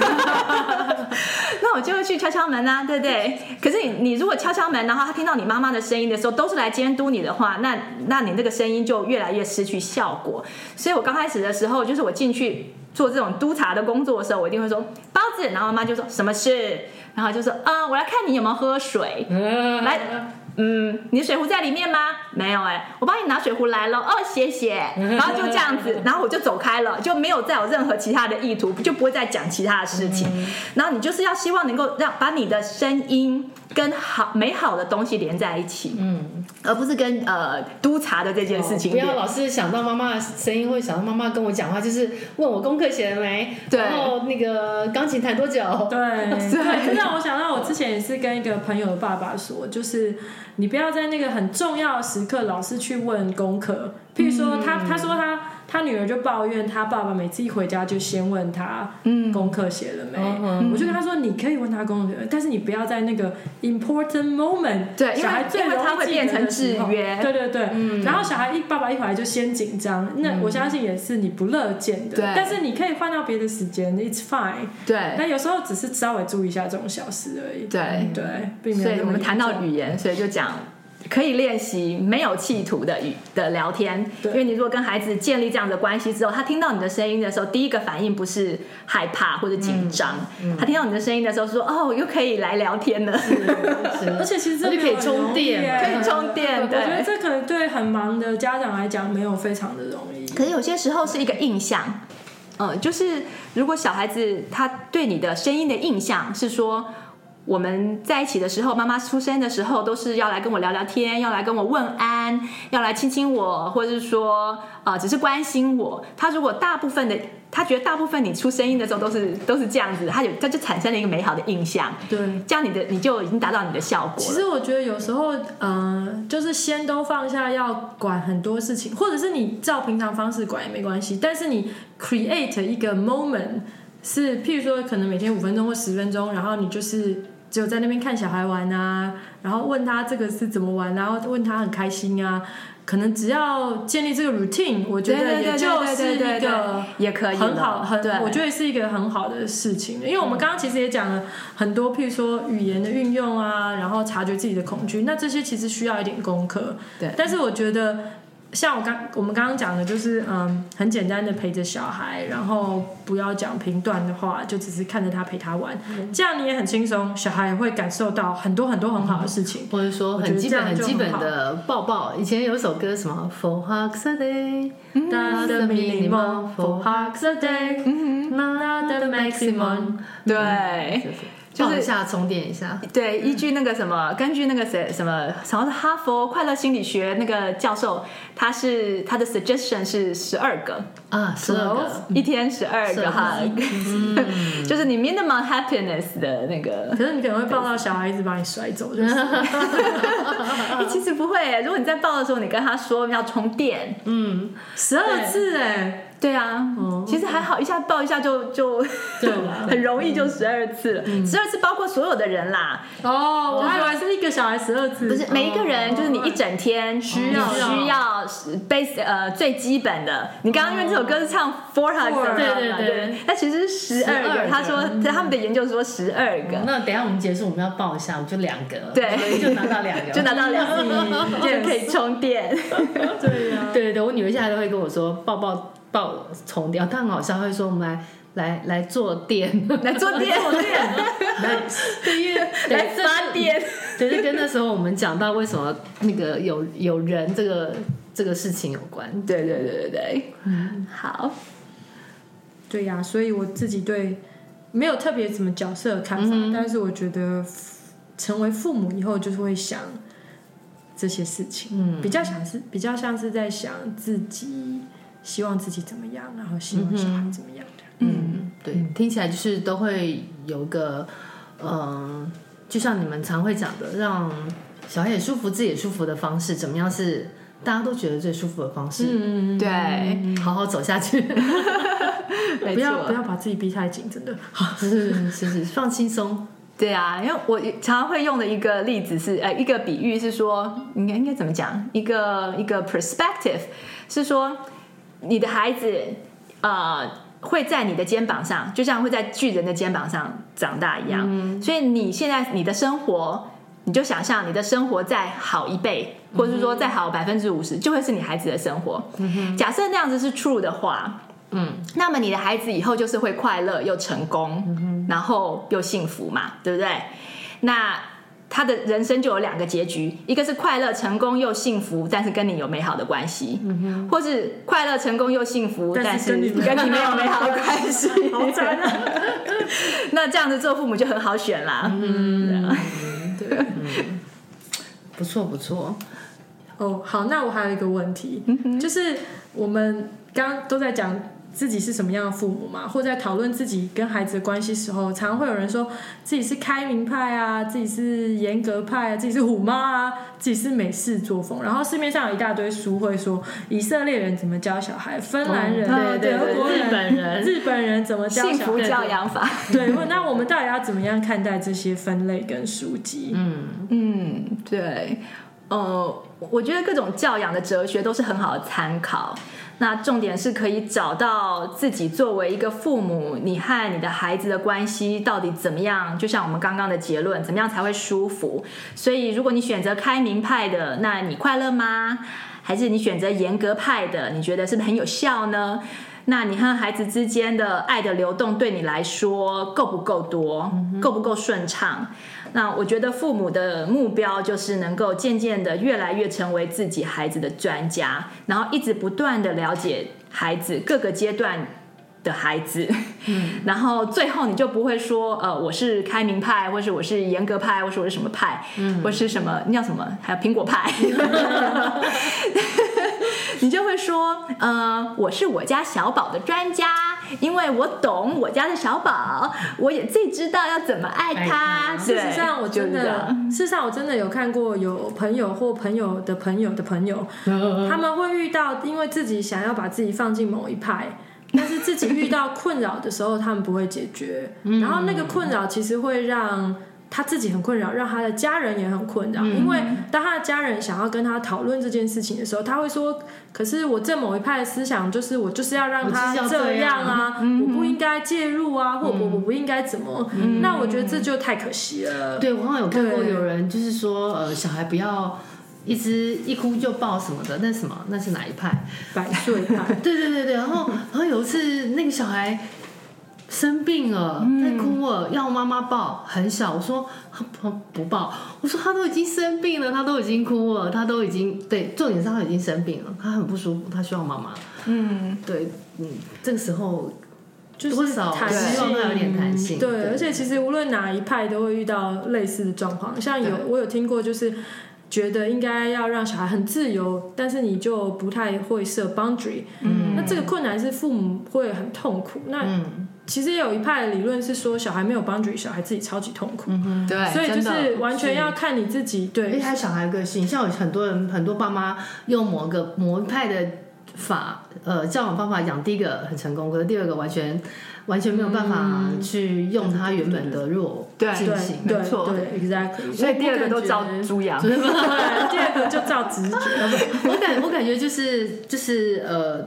Speaker 4: 那我就会去敲敲门啊，对不对？可是你你如果敲敲门，然后他听到你妈妈的声音的时候，都是来监督你的话，那那你那个声音就越来越失去效果。所以我刚开始的时候，就是我进去做这种督察的工作的时候，我一定会说包子，然后妈妈就说什么事，然后就说啊、我来看你有没有喝水， 来。嗯，你的水壶在里面吗？没有哎、我帮你拿水壶来了。哦，谢谢。然后就这样子，然后我就走开了，就没有再有任何其他的意图，就不会再讲其他的事情。然后你就是要希望能够让把你的声音跟好美好的东西连在一起，嗯，而不是跟呃督察的这件事情
Speaker 2: 哦不
Speaker 4: 连。
Speaker 2: 要老是想到妈妈的声音，或者想到妈妈跟我讲话，就是问我功课写了没，
Speaker 4: 对
Speaker 2: 然后那个钢琴弹多久，
Speaker 3: 对对，这让我想到，我之前也是跟一个朋友的爸爸说，就是你不要在那个很重要的时刻，老是去问功课。譬如说他，
Speaker 4: 嗯
Speaker 3: 他说他他女儿就抱怨他爸爸每次一回家就先问他，
Speaker 4: 嗯
Speaker 3: 功课写了没？我就跟他说，你可以问他功课，但是你不要在那个 important moment，
Speaker 4: 对因为
Speaker 3: 小孩最
Speaker 4: 因为
Speaker 3: 容易
Speaker 4: 他会
Speaker 3: 记
Speaker 4: 变
Speaker 3: 得
Speaker 4: 成
Speaker 3: 的时
Speaker 4: 制
Speaker 3: 候
Speaker 4: 约嗯
Speaker 3: 对对对，然后小孩一爸爸一回来就先紧张，那我相信也是你不乐见的，
Speaker 4: 对
Speaker 3: 但是你可以换到别的时间，it's fine。
Speaker 4: 对
Speaker 3: 那有时候只是稍微注意一下这种小事而已。
Speaker 4: 对，
Speaker 3: 对，并没有
Speaker 4: 所
Speaker 3: 那
Speaker 4: 以
Speaker 3: 么
Speaker 4: 我们谈
Speaker 3: 严重
Speaker 4: 到语言，所以就讲可以练习没有企图的语的聊天，
Speaker 3: 对
Speaker 4: 因为你如果跟孩子建立这样的关系之后，他听到你的声音的时候，第一个反应不是害怕或者紧张，
Speaker 3: 嗯
Speaker 4: 他听到你的声音的时候说：“哦，又可以来聊天了。
Speaker 3: 而且其实这
Speaker 2: 而且可以
Speaker 3: 没有很
Speaker 2: 充电
Speaker 3: 容易耶
Speaker 4: 可以充电
Speaker 3: 我觉得
Speaker 4: 对
Speaker 3: 这可能对很忙的家长来讲没有非常的容易”。
Speaker 4: 可是有些时候是一个印象，嗯，就是如果小孩子他对你的声音的印象是说。我们在一起的时候，妈妈出生的时候都是要来跟我聊聊天，要来跟我问安，要来亲亲我，或者是说，呃，只是关心我。他如果大部分的，他觉得大部分你出声音的时候都是都是这样子，他有他就产生了一个美好的印象，
Speaker 3: 对，
Speaker 4: 这样你的你就已经达到你的效果
Speaker 3: 其
Speaker 4: 了。
Speaker 3: 实我觉得有时候，呃，就是先都放下，要管很多事情，或者是你照平常方式管也没关系，但是你 create 一个 moment 是，譬如说可能每天五分钟或十分钟，然后你就是只有在那边看小孩玩啊，然后问他这个是怎么玩，然后问他很开心啊，可能只要建立这个 routine，我觉
Speaker 4: 对
Speaker 3: 得
Speaker 4: 对对
Speaker 3: 也就
Speaker 4: 对
Speaker 3: 是
Speaker 4: 对对对
Speaker 3: 一个
Speaker 4: 也可以
Speaker 3: 很好，
Speaker 4: 了
Speaker 3: 很
Speaker 4: 对
Speaker 3: 我呃觉得是一个很好的事情，因为我们刚刚其实也讲了很多，譬如说语言的运用啊，然后察觉自己的恐惧，那这些其实需要一点功课。
Speaker 4: 对
Speaker 3: 但是我觉得像我刚我们刚刚讲的，就是嗯，很简单的陪着小孩，然后不要讲评断的话，就只是看着他陪他玩，这样你也很轻松，小孩也会感受到很多很多很好的事情。
Speaker 2: 或者说
Speaker 3: 我觉
Speaker 2: 很
Speaker 3: 得
Speaker 2: 基
Speaker 3: 这
Speaker 2: 本、
Speaker 3: 样
Speaker 2: 很
Speaker 3: 就
Speaker 2: 基本
Speaker 3: 很好
Speaker 2: 的抱抱。以前有首歌什么 For Hug Saturday，
Speaker 3: That's the minimum for hugs a day, not the Mm-hmm. maximum。
Speaker 4: 对，
Speaker 2: 就是抱一下充电一下。
Speaker 4: 对，依据那个什么，根据那个谁什么，好像是哈佛快乐心理学那个教授，他是他的 suggestion 是十二个，
Speaker 2: 啊，十二个。
Speaker 4: 一天十二
Speaker 2: 12
Speaker 4: 个哈， 就是你 minimum happiness 的那个。
Speaker 3: 可是你可能会抱到小孩子把你甩走， 就是
Speaker 4: 哎、 其实不会耶，如果你在报的时候，你跟他说要充电，
Speaker 3: 十二次哎、
Speaker 4: 对啊，其实还好，一下报一下就就
Speaker 3: 对啦
Speaker 4: 很容易就十二次了，十二次包括所有的人啦，
Speaker 3: 哦，我还以为是一个小孩十二次，
Speaker 4: 不是每一个人，就是你一整天需
Speaker 3: 要
Speaker 4: 哦需要 base 呃最基本的。你刚刚因为这首歌是唱 four h u g
Speaker 2: 对
Speaker 4: s
Speaker 2: 对对
Speaker 4: 那其实是十二
Speaker 2: 12
Speaker 4: 个。嗯
Speaker 2: 个
Speaker 4: 他说他们的研究说十二个，
Speaker 2: 那等一下我们结束，我们要抱一下，我们就两个，
Speaker 4: 对
Speaker 2: 所以就拿到两个，
Speaker 4: 就拿 到两次，就可以充电。
Speaker 3: 对呀、
Speaker 2: 对对对，我女儿现在都会跟我说抱抱抱重掉，她很好笑，她会说我们来来来坐垫，
Speaker 4: 来做电，
Speaker 2: 来对，因为
Speaker 4: 来发。电。
Speaker 2: 对对，就跟那时候我们讲到为什么那个有有人这个这个事情有关，
Speaker 4: 对嗯对对对对，好，
Speaker 3: 对呀、所以我自己对没有特别什么角色的看
Speaker 4: 嗯
Speaker 3: 法，但是我觉得成为父母以后，就是会想这些事情，嗯，比较想是比较像是在想自己希望自己怎么样，然后希望小孩怎么样的。
Speaker 2: 嗯，对，听起来就是都会有个，嗯、就像你们常会讲的，让小孩也舒服，自己也舒服的方式，怎么样是大家都觉得最舒服的方式，
Speaker 3: 嗯，
Speaker 4: 对，
Speaker 2: 好好走下去。
Speaker 4: 没
Speaker 3: 不要
Speaker 4: 错
Speaker 3: 不。要把自己逼太紧，真的。
Speaker 2: 是是是，放轻松。
Speaker 4: 对啊，因为我常常会用的一个例子是，呃，一个比喻是说，应该应该怎么讲？一个一个 perspective 是说，你的孩子呃会在你的肩膀上，就像会在巨人的肩膀上长大一样。所以你现在你的生活，你就想象你的生活再好一倍，或者是说再好百分之五十，就会是你孩子的生活。假设那样子是 true 的话，那么你的孩子以后就是会快乐又成功，然后又幸福嘛，对不对？那他的人生就有两个结局，一个是快乐、成功又幸福，但是跟你有美好的关系；或是快乐、成功又幸福，
Speaker 3: 但
Speaker 4: 但
Speaker 3: 是
Speaker 4: 是
Speaker 3: 跟你没有
Speaker 4: 跟你没有美好的关系。
Speaker 3: 好惨啊！
Speaker 4: 那这样子做父母就很好选啦。
Speaker 3: 嗯
Speaker 2: 不错不错，
Speaker 3: 哦，好，那我还有一个问题，
Speaker 2: 嗯
Speaker 3: 就是我们刚刚都在讲自己是什么样的父母嘛，或在讨论自己跟孩子的关系时候，常常会有人说自己是开明派啊，自己是严格派啊，自己是虎妈啊，自己是美式作风。然后市面上有一大堆书会说以色列人怎么教小孩，芬兰人、
Speaker 2: 哦对对对
Speaker 3: 德国
Speaker 2: 日本人
Speaker 3: 日本人怎么教
Speaker 4: 幸
Speaker 3: 小
Speaker 4: 福
Speaker 3: 孩。
Speaker 4: 教养法，
Speaker 3: 对，那我们到底要怎么样看待这些分类跟书籍？嗯，
Speaker 4: 嗯，对。呃，我觉得各种教养的哲学都是很好的参考。那重点是可以找到自己作为一个父母，你和你的孩子的关系到底怎么样？就像我们刚刚的结论，怎么样才会舒服？所以，如果你选择开明派的，那你快乐吗？还是你选择严格派的？你觉得是不是很有效呢？那你和孩子之间的爱的流动对你来说够不够多？够不够顺畅？那我觉得父母的目标就是能够渐渐的越来越成为自己孩子的专家，然后一直不断的了解孩子各个阶段的孩子，嗯， 然后最后你就不会说呃我是开明派，或是我是严格派，或是我是什么派，嗯，或是什么那叫什么，还有苹果 派。你就会说，呃，我是我家小宝的专家，因为我懂我家的小宝，我也最知道要怎么爱
Speaker 2: 爱
Speaker 4: 他。
Speaker 2: 他
Speaker 3: 啊事
Speaker 4: 对
Speaker 3: 实上，我
Speaker 4: 就
Speaker 3: 真
Speaker 4: 是这
Speaker 3: 的
Speaker 4: 样，
Speaker 3: 事实上我真的有看过有朋友或朋友的朋友的朋友，他
Speaker 2: 他
Speaker 3: 们会遇到，因为自己想要把自己放进某一派，但是自己遇到困扰的时候，他们不会解决，
Speaker 2: 嗯
Speaker 3: 然后那个困扰其实会让。他自己很困扰，让他的家人也很困扰，
Speaker 2: 嗯
Speaker 3: 因为当他的家人想要跟他讨论这件事情的时候，他会说：“可是我这某一派的思想就是我就是要让他
Speaker 2: 我就是要
Speaker 3: 这
Speaker 2: 这样嗯
Speaker 3: 样啊，我不应该介入啊，或我我不应该怎么。
Speaker 2: 嗯
Speaker 3: 那我觉得这就太可惜了。
Speaker 2: 对我好像有看过
Speaker 3: 对
Speaker 2: 有人就是说，呃，小孩不要一直一哭就抱什么的，那是什么那是哪一派？
Speaker 3: 百岁 派
Speaker 2: 对对对对，然后然后有一次那个小孩生病了，
Speaker 3: 嗯
Speaker 2: 在哭了，要妈妈抱，很小，我说他不不抱，我说他都已经生病了，他都已经哭了，他都已经对，重点是他已经生病了，他很不舒服，他需要妈妈。
Speaker 4: 嗯，
Speaker 2: 对，嗯，这个时候
Speaker 3: 就是
Speaker 2: 多少
Speaker 3: 弹
Speaker 2: 希望他有点弹性，
Speaker 3: 对，而且其实无论哪一派都会遇到类似的状况。像有
Speaker 2: 对
Speaker 3: 我有听过，就是觉得应该要让小孩很自由，但是你就不太会设 boundary。嗯，那这个困难是父母会很痛苦。那
Speaker 2: 嗯，
Speaker 3: 其实也有一派的理论是说，小孩没有 boundary，小孩自己超级痛苦。
Speaker 4: 对，
Speaker 3: 所以就
Speaker 4: 真的
Speaker 3: 是完全要看你自己
Speaker 2: 而且
Speaker 3: 对。
Speaker 2: 还有小孩个性，像有很多人，很多爸妈用某个某一派的法，呃，教养方法养第一个很成功，可是第二个完全完全没有办法去用他原本的弱
Speaker 4: 嗯对
Speaker 2: 进
Speaker 3: 对
Speaker 2: 行。
Speaker 3: 对
Speaker 4: 没错
Speaker 3: 对，exactly。
Speaker 4: 所以第二个都 照
Speaker 3: 对，
Speaker 4: 猪羊，
Speaker 3: 第二个就照直觉。
Speaker 2: 我感我感觉就是就是呃，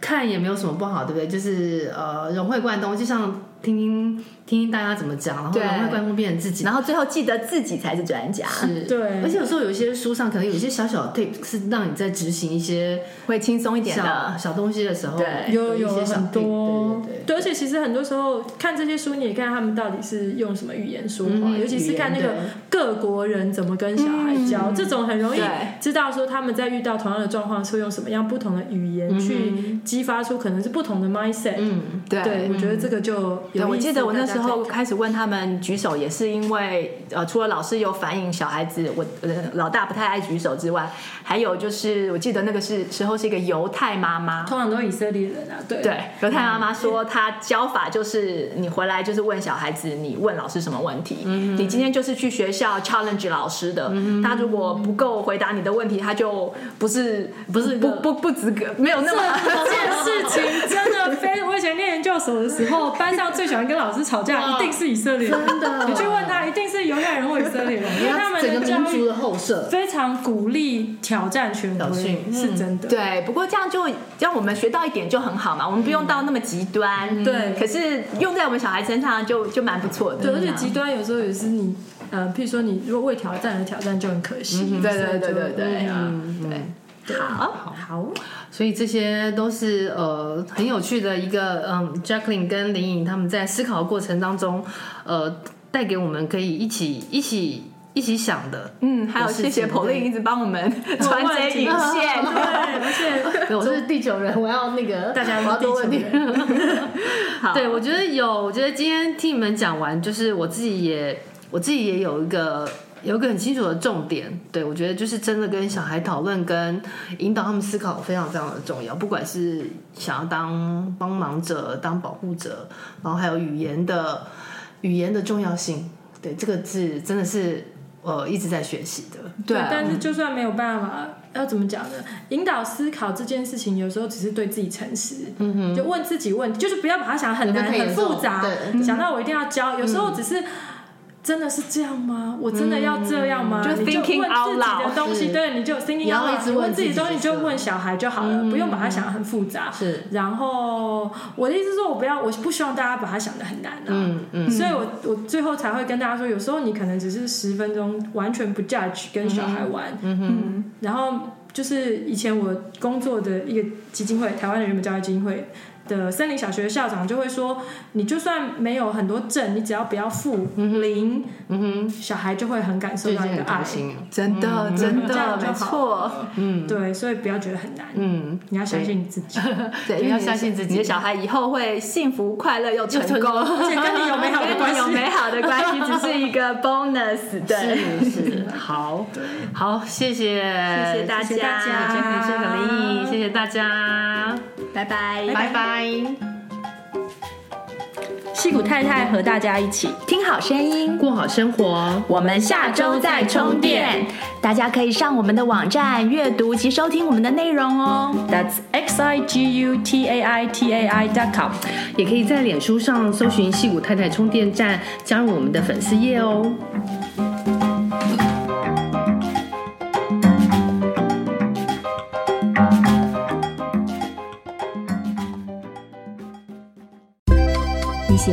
Speaker 2: 看也没有什么不好，对不对？就是呃，融会贯通，就像听听听听大家怎么讲，然后
Speaker 4: 对
Speaker 2: 融会贯通变成自己。
Speaker 4: 然后最后记得自己才是专家，
Speaker 2: 是
Speaker 3: 对
Speaker 2: 而且有时候有一些书上可能有一些小小的 tip 是让你在执行一些
Speaker 4: 会轻松一点
Speaker 2: 小
Speaker 4: 的。
Speaker 2: 小东西的时候，
Speaker 4: 对
Speaker 3: 有
Speaker 2: 一些
Speaker 3: 有
Speaker 2: 小
Speaker 3: 很
Speaker 2: tip，
Speaker 3: 多
Speaker 2: 对对对。
Speaker 3: 对，而且其实很多时候看这些书，你也看他们到底是用什么语言说话，
Speaker 2: 嗯
Speaker 3: 尤其是看那
Speaker 2: 语
Speaker 3: 个
Speaker 2: 言对
Speaker 3: 各国人怎么跟小孩教，这种很容易
Speaker 4: 对
Speaker 3: 知道说他们在遇到同样的状况是会用什么样不同的语言去激发出可能是不同的 mindset。
Speaker 2: 嗯，
Speaker 4: 对
Speaker 3: 对，我觉得这个就
Speaker 4: 对，
Speaker 3: 有
Speaker 4: 我
Speaker 3: 意
Speaker 4: 记
Speaker 3: 思
Speaker 4: 得我那
Speaker 3: 大家
Speaker 4: 时
Speaker 3: 可
Speaker 4: 候
Speaker 3: 以
Speaker 4: 开始问他们举手，也是因为呃，除了老师有反映小孩子我呃老大不太爱举手之外，还有就是我记得那个是时候是一个犹太妈妈，
Speaker 3: 通常都是以色列人啊，对
Speaker 4: 对，犹太妈妈说，她教法就是你回来就是问小孩子，你问老师什么问题，你今天就是去学校 challenge 老师的，他如果不够回答你的问题，他就不是不是不不不及格，没有那么。
Speaker 3: 这件事情真的非，我以前念研究所的时候，班上最喜欢跟老师吵架，一定是以色列人。
Speaker 2: 真的
Speaker 3: 你去问他，一定是犹太人或以色列人，因为他们
Speaker 2: 整个
Speaker 3: 的教
Speaker 2: 民族
Speaker 3: 育
Speaker 2: 的后设，
Speaker 3: 非常鼓励挑战权
Speaker 2: 挑
Speaker 3: 威，
Speaker 2: 衅
Speaker 3: 是真 的。
Speaker 4: 对，不过这样就让我们学到一点就很好嘛，我们不用到那么极端。
Speaker 3: 对
Speaker 4: 可是用在我们小孩身上就就蛮不错的。
Speaker 3: 对，而且极端有时候也是你，呃，譬如说你如果为挑战而挑战，就很可惜。
Speaker 4: 对对对对
Speaker 3: 所以
Speaker 4: 对
Speaker 3: 就
Speaker 4: 嗯对，好，
Speaker 3: 好，
Speaker 2: 所以这些都是呃很有趣的一个嗯，Jacqueline 跟林颖他们在思考的过程当中，呃，带给我们可以一起一起一起想的。
Speaker 4: 嗯，还有
Speaker 2: 有事
Speaker 4: 谢谢
Speaker 2: 情
Speaker 4: Pauline 一直帮我们传接引线。
Speaker 3: 对，而 且
Speaker 2: 对我是地球人，我要那个
Speaker 3: 大家
Speaker 2: 我要
Speaker 3: 都
Speaker 2: 多
Speaker 3: 是
Speaker 2: 问
Speaker 3: 地
Speaker 2: 你
Speaker 3: 球。人，
Speaker 4: 好
Speaker 2: 对，我觉得有，我觉得今天听你们讲完，就是我自己也我自己也有一个有一个很清楚的重点。对我觉得就是真的跟小孩讨论，跟引导他们思考非常非常的重要。不管是想要当帮忙者、当保护者，然后还有语言的语言的重要性。对，这个字真的是我一直在学习的。
Speaker 4: 对
Speaker 3: 但是就算没有办法，要怎么讲呢？引导思考这件事情，有时候只是对自己诚实，嗯哼，就问自己问题，就是不要把它想得很难
Speaker 2: 有没有太
Speaker 3: 很
Speaker 2: 严重
Speaker 3: 复杂，
Speaker 5: 嗯
Speaker 2: 对
Speaker 3: 想到我一定要教，有时候只是。真的是这样吗？我真的要这样吗？
Speaker 4: 就
Speaker 3: 你就
Speaker 4: think
Speaker 5: Thinking
Speaker 3: 问自
Speaker 5: out
Speaker 3: 己
Speaker 5: loud
Speaker 3: 的东西，对，你就 thinking
Speaker 2: 你
Speaker 3: out
Speaker 2: 要
Speaker 3: loud，
Speaker 2: 一直
Speaker 3: 你
Speaker 2: 问
Speaker 3: 问自己
Speaker 2: 自己
Speaker 3: 的东西你就
Speaker 2: 就是
Speaker 3: 问小孩就好了，不用把它想得很复杂。
Speaker 2: 是，
Speaker 3: 然后我的意思是说，我不要，我不希望大家把它想得很难啊。
Speaker 2: 嗯嗯，
Speaker 3: 所以我我最后才会跟大家说，有时候你可能只是十分钟完全不 judge 跟小孩玩，嗯然后就是以前我工作的一个基金会，台湾的人本教育基金会的森林小学的校长就会说，你就算没有很多证，你只要不要负零，嗯哼，小孩就会很感受
Speaker 2: 这已
Speaker 3: 到
Speaker 2: 经
Speaker 3: 你的
Speaker 2: 很
Speaker 3: 爱
Speaker 2: 开。心了。
Speaker 5: 真的
Speaker 2: 嗯
Speaker 5: 真
Speaker 4: 嗯
Speaker 5: 的
Speaker 3: 这样就
Speaker 5: 没
Speaker 3: 好
Speaker 5: 错，
Speaker 3: 了。对，所以不要觉得很难，
Speaker 2: 嗯，
Speaker 3: 你要相信你自己，
Speaker 5: 对， 因
Speaker 2: 你
Speaker 5: 为
Speaker 2: 要
Speaker 5: 你的
Speaker 2: 相信自己
Speaker 5: 你的小孩以后会幸福快乐又成
Speaker 2: 成
Speaker 5: 功，
Speaker 3: 而且跟你有美好的
Speaker 5: 跟
Speaker 3: 关
Speaker 5: 你有
Speaker 3: 系。
Speaker 5: 美好的关系，只是一个 bonus。对，
Speaker 2: 是是， 好，好，谢谢，
Speaker 5: 谢谢大
Speaker 3: 谢谢大
Speaker 5: 家，
Speaker 3: 家
Speaker 2: 谢谢可丽，谢谢大家，
Speaker 5: 拜拜，
Speaker 2: 拜拜。
Speaker 4: 戏骨太太和大家一起
Speaker 5: 听好声音。
Speaker 2: 过好生活，哦
Speaker 4: 我们下周再充电。
Speaker 5: 大家可以上我们的网站阅读及收听我们的内容哦。
Speaker 4: That's x i g u t a i t a i dot com。
Speaker 2: 也可以在脸书上搜寻“戏骨太太充电站”，加入我们的粉丝页哦。
Speaker 4: 你喜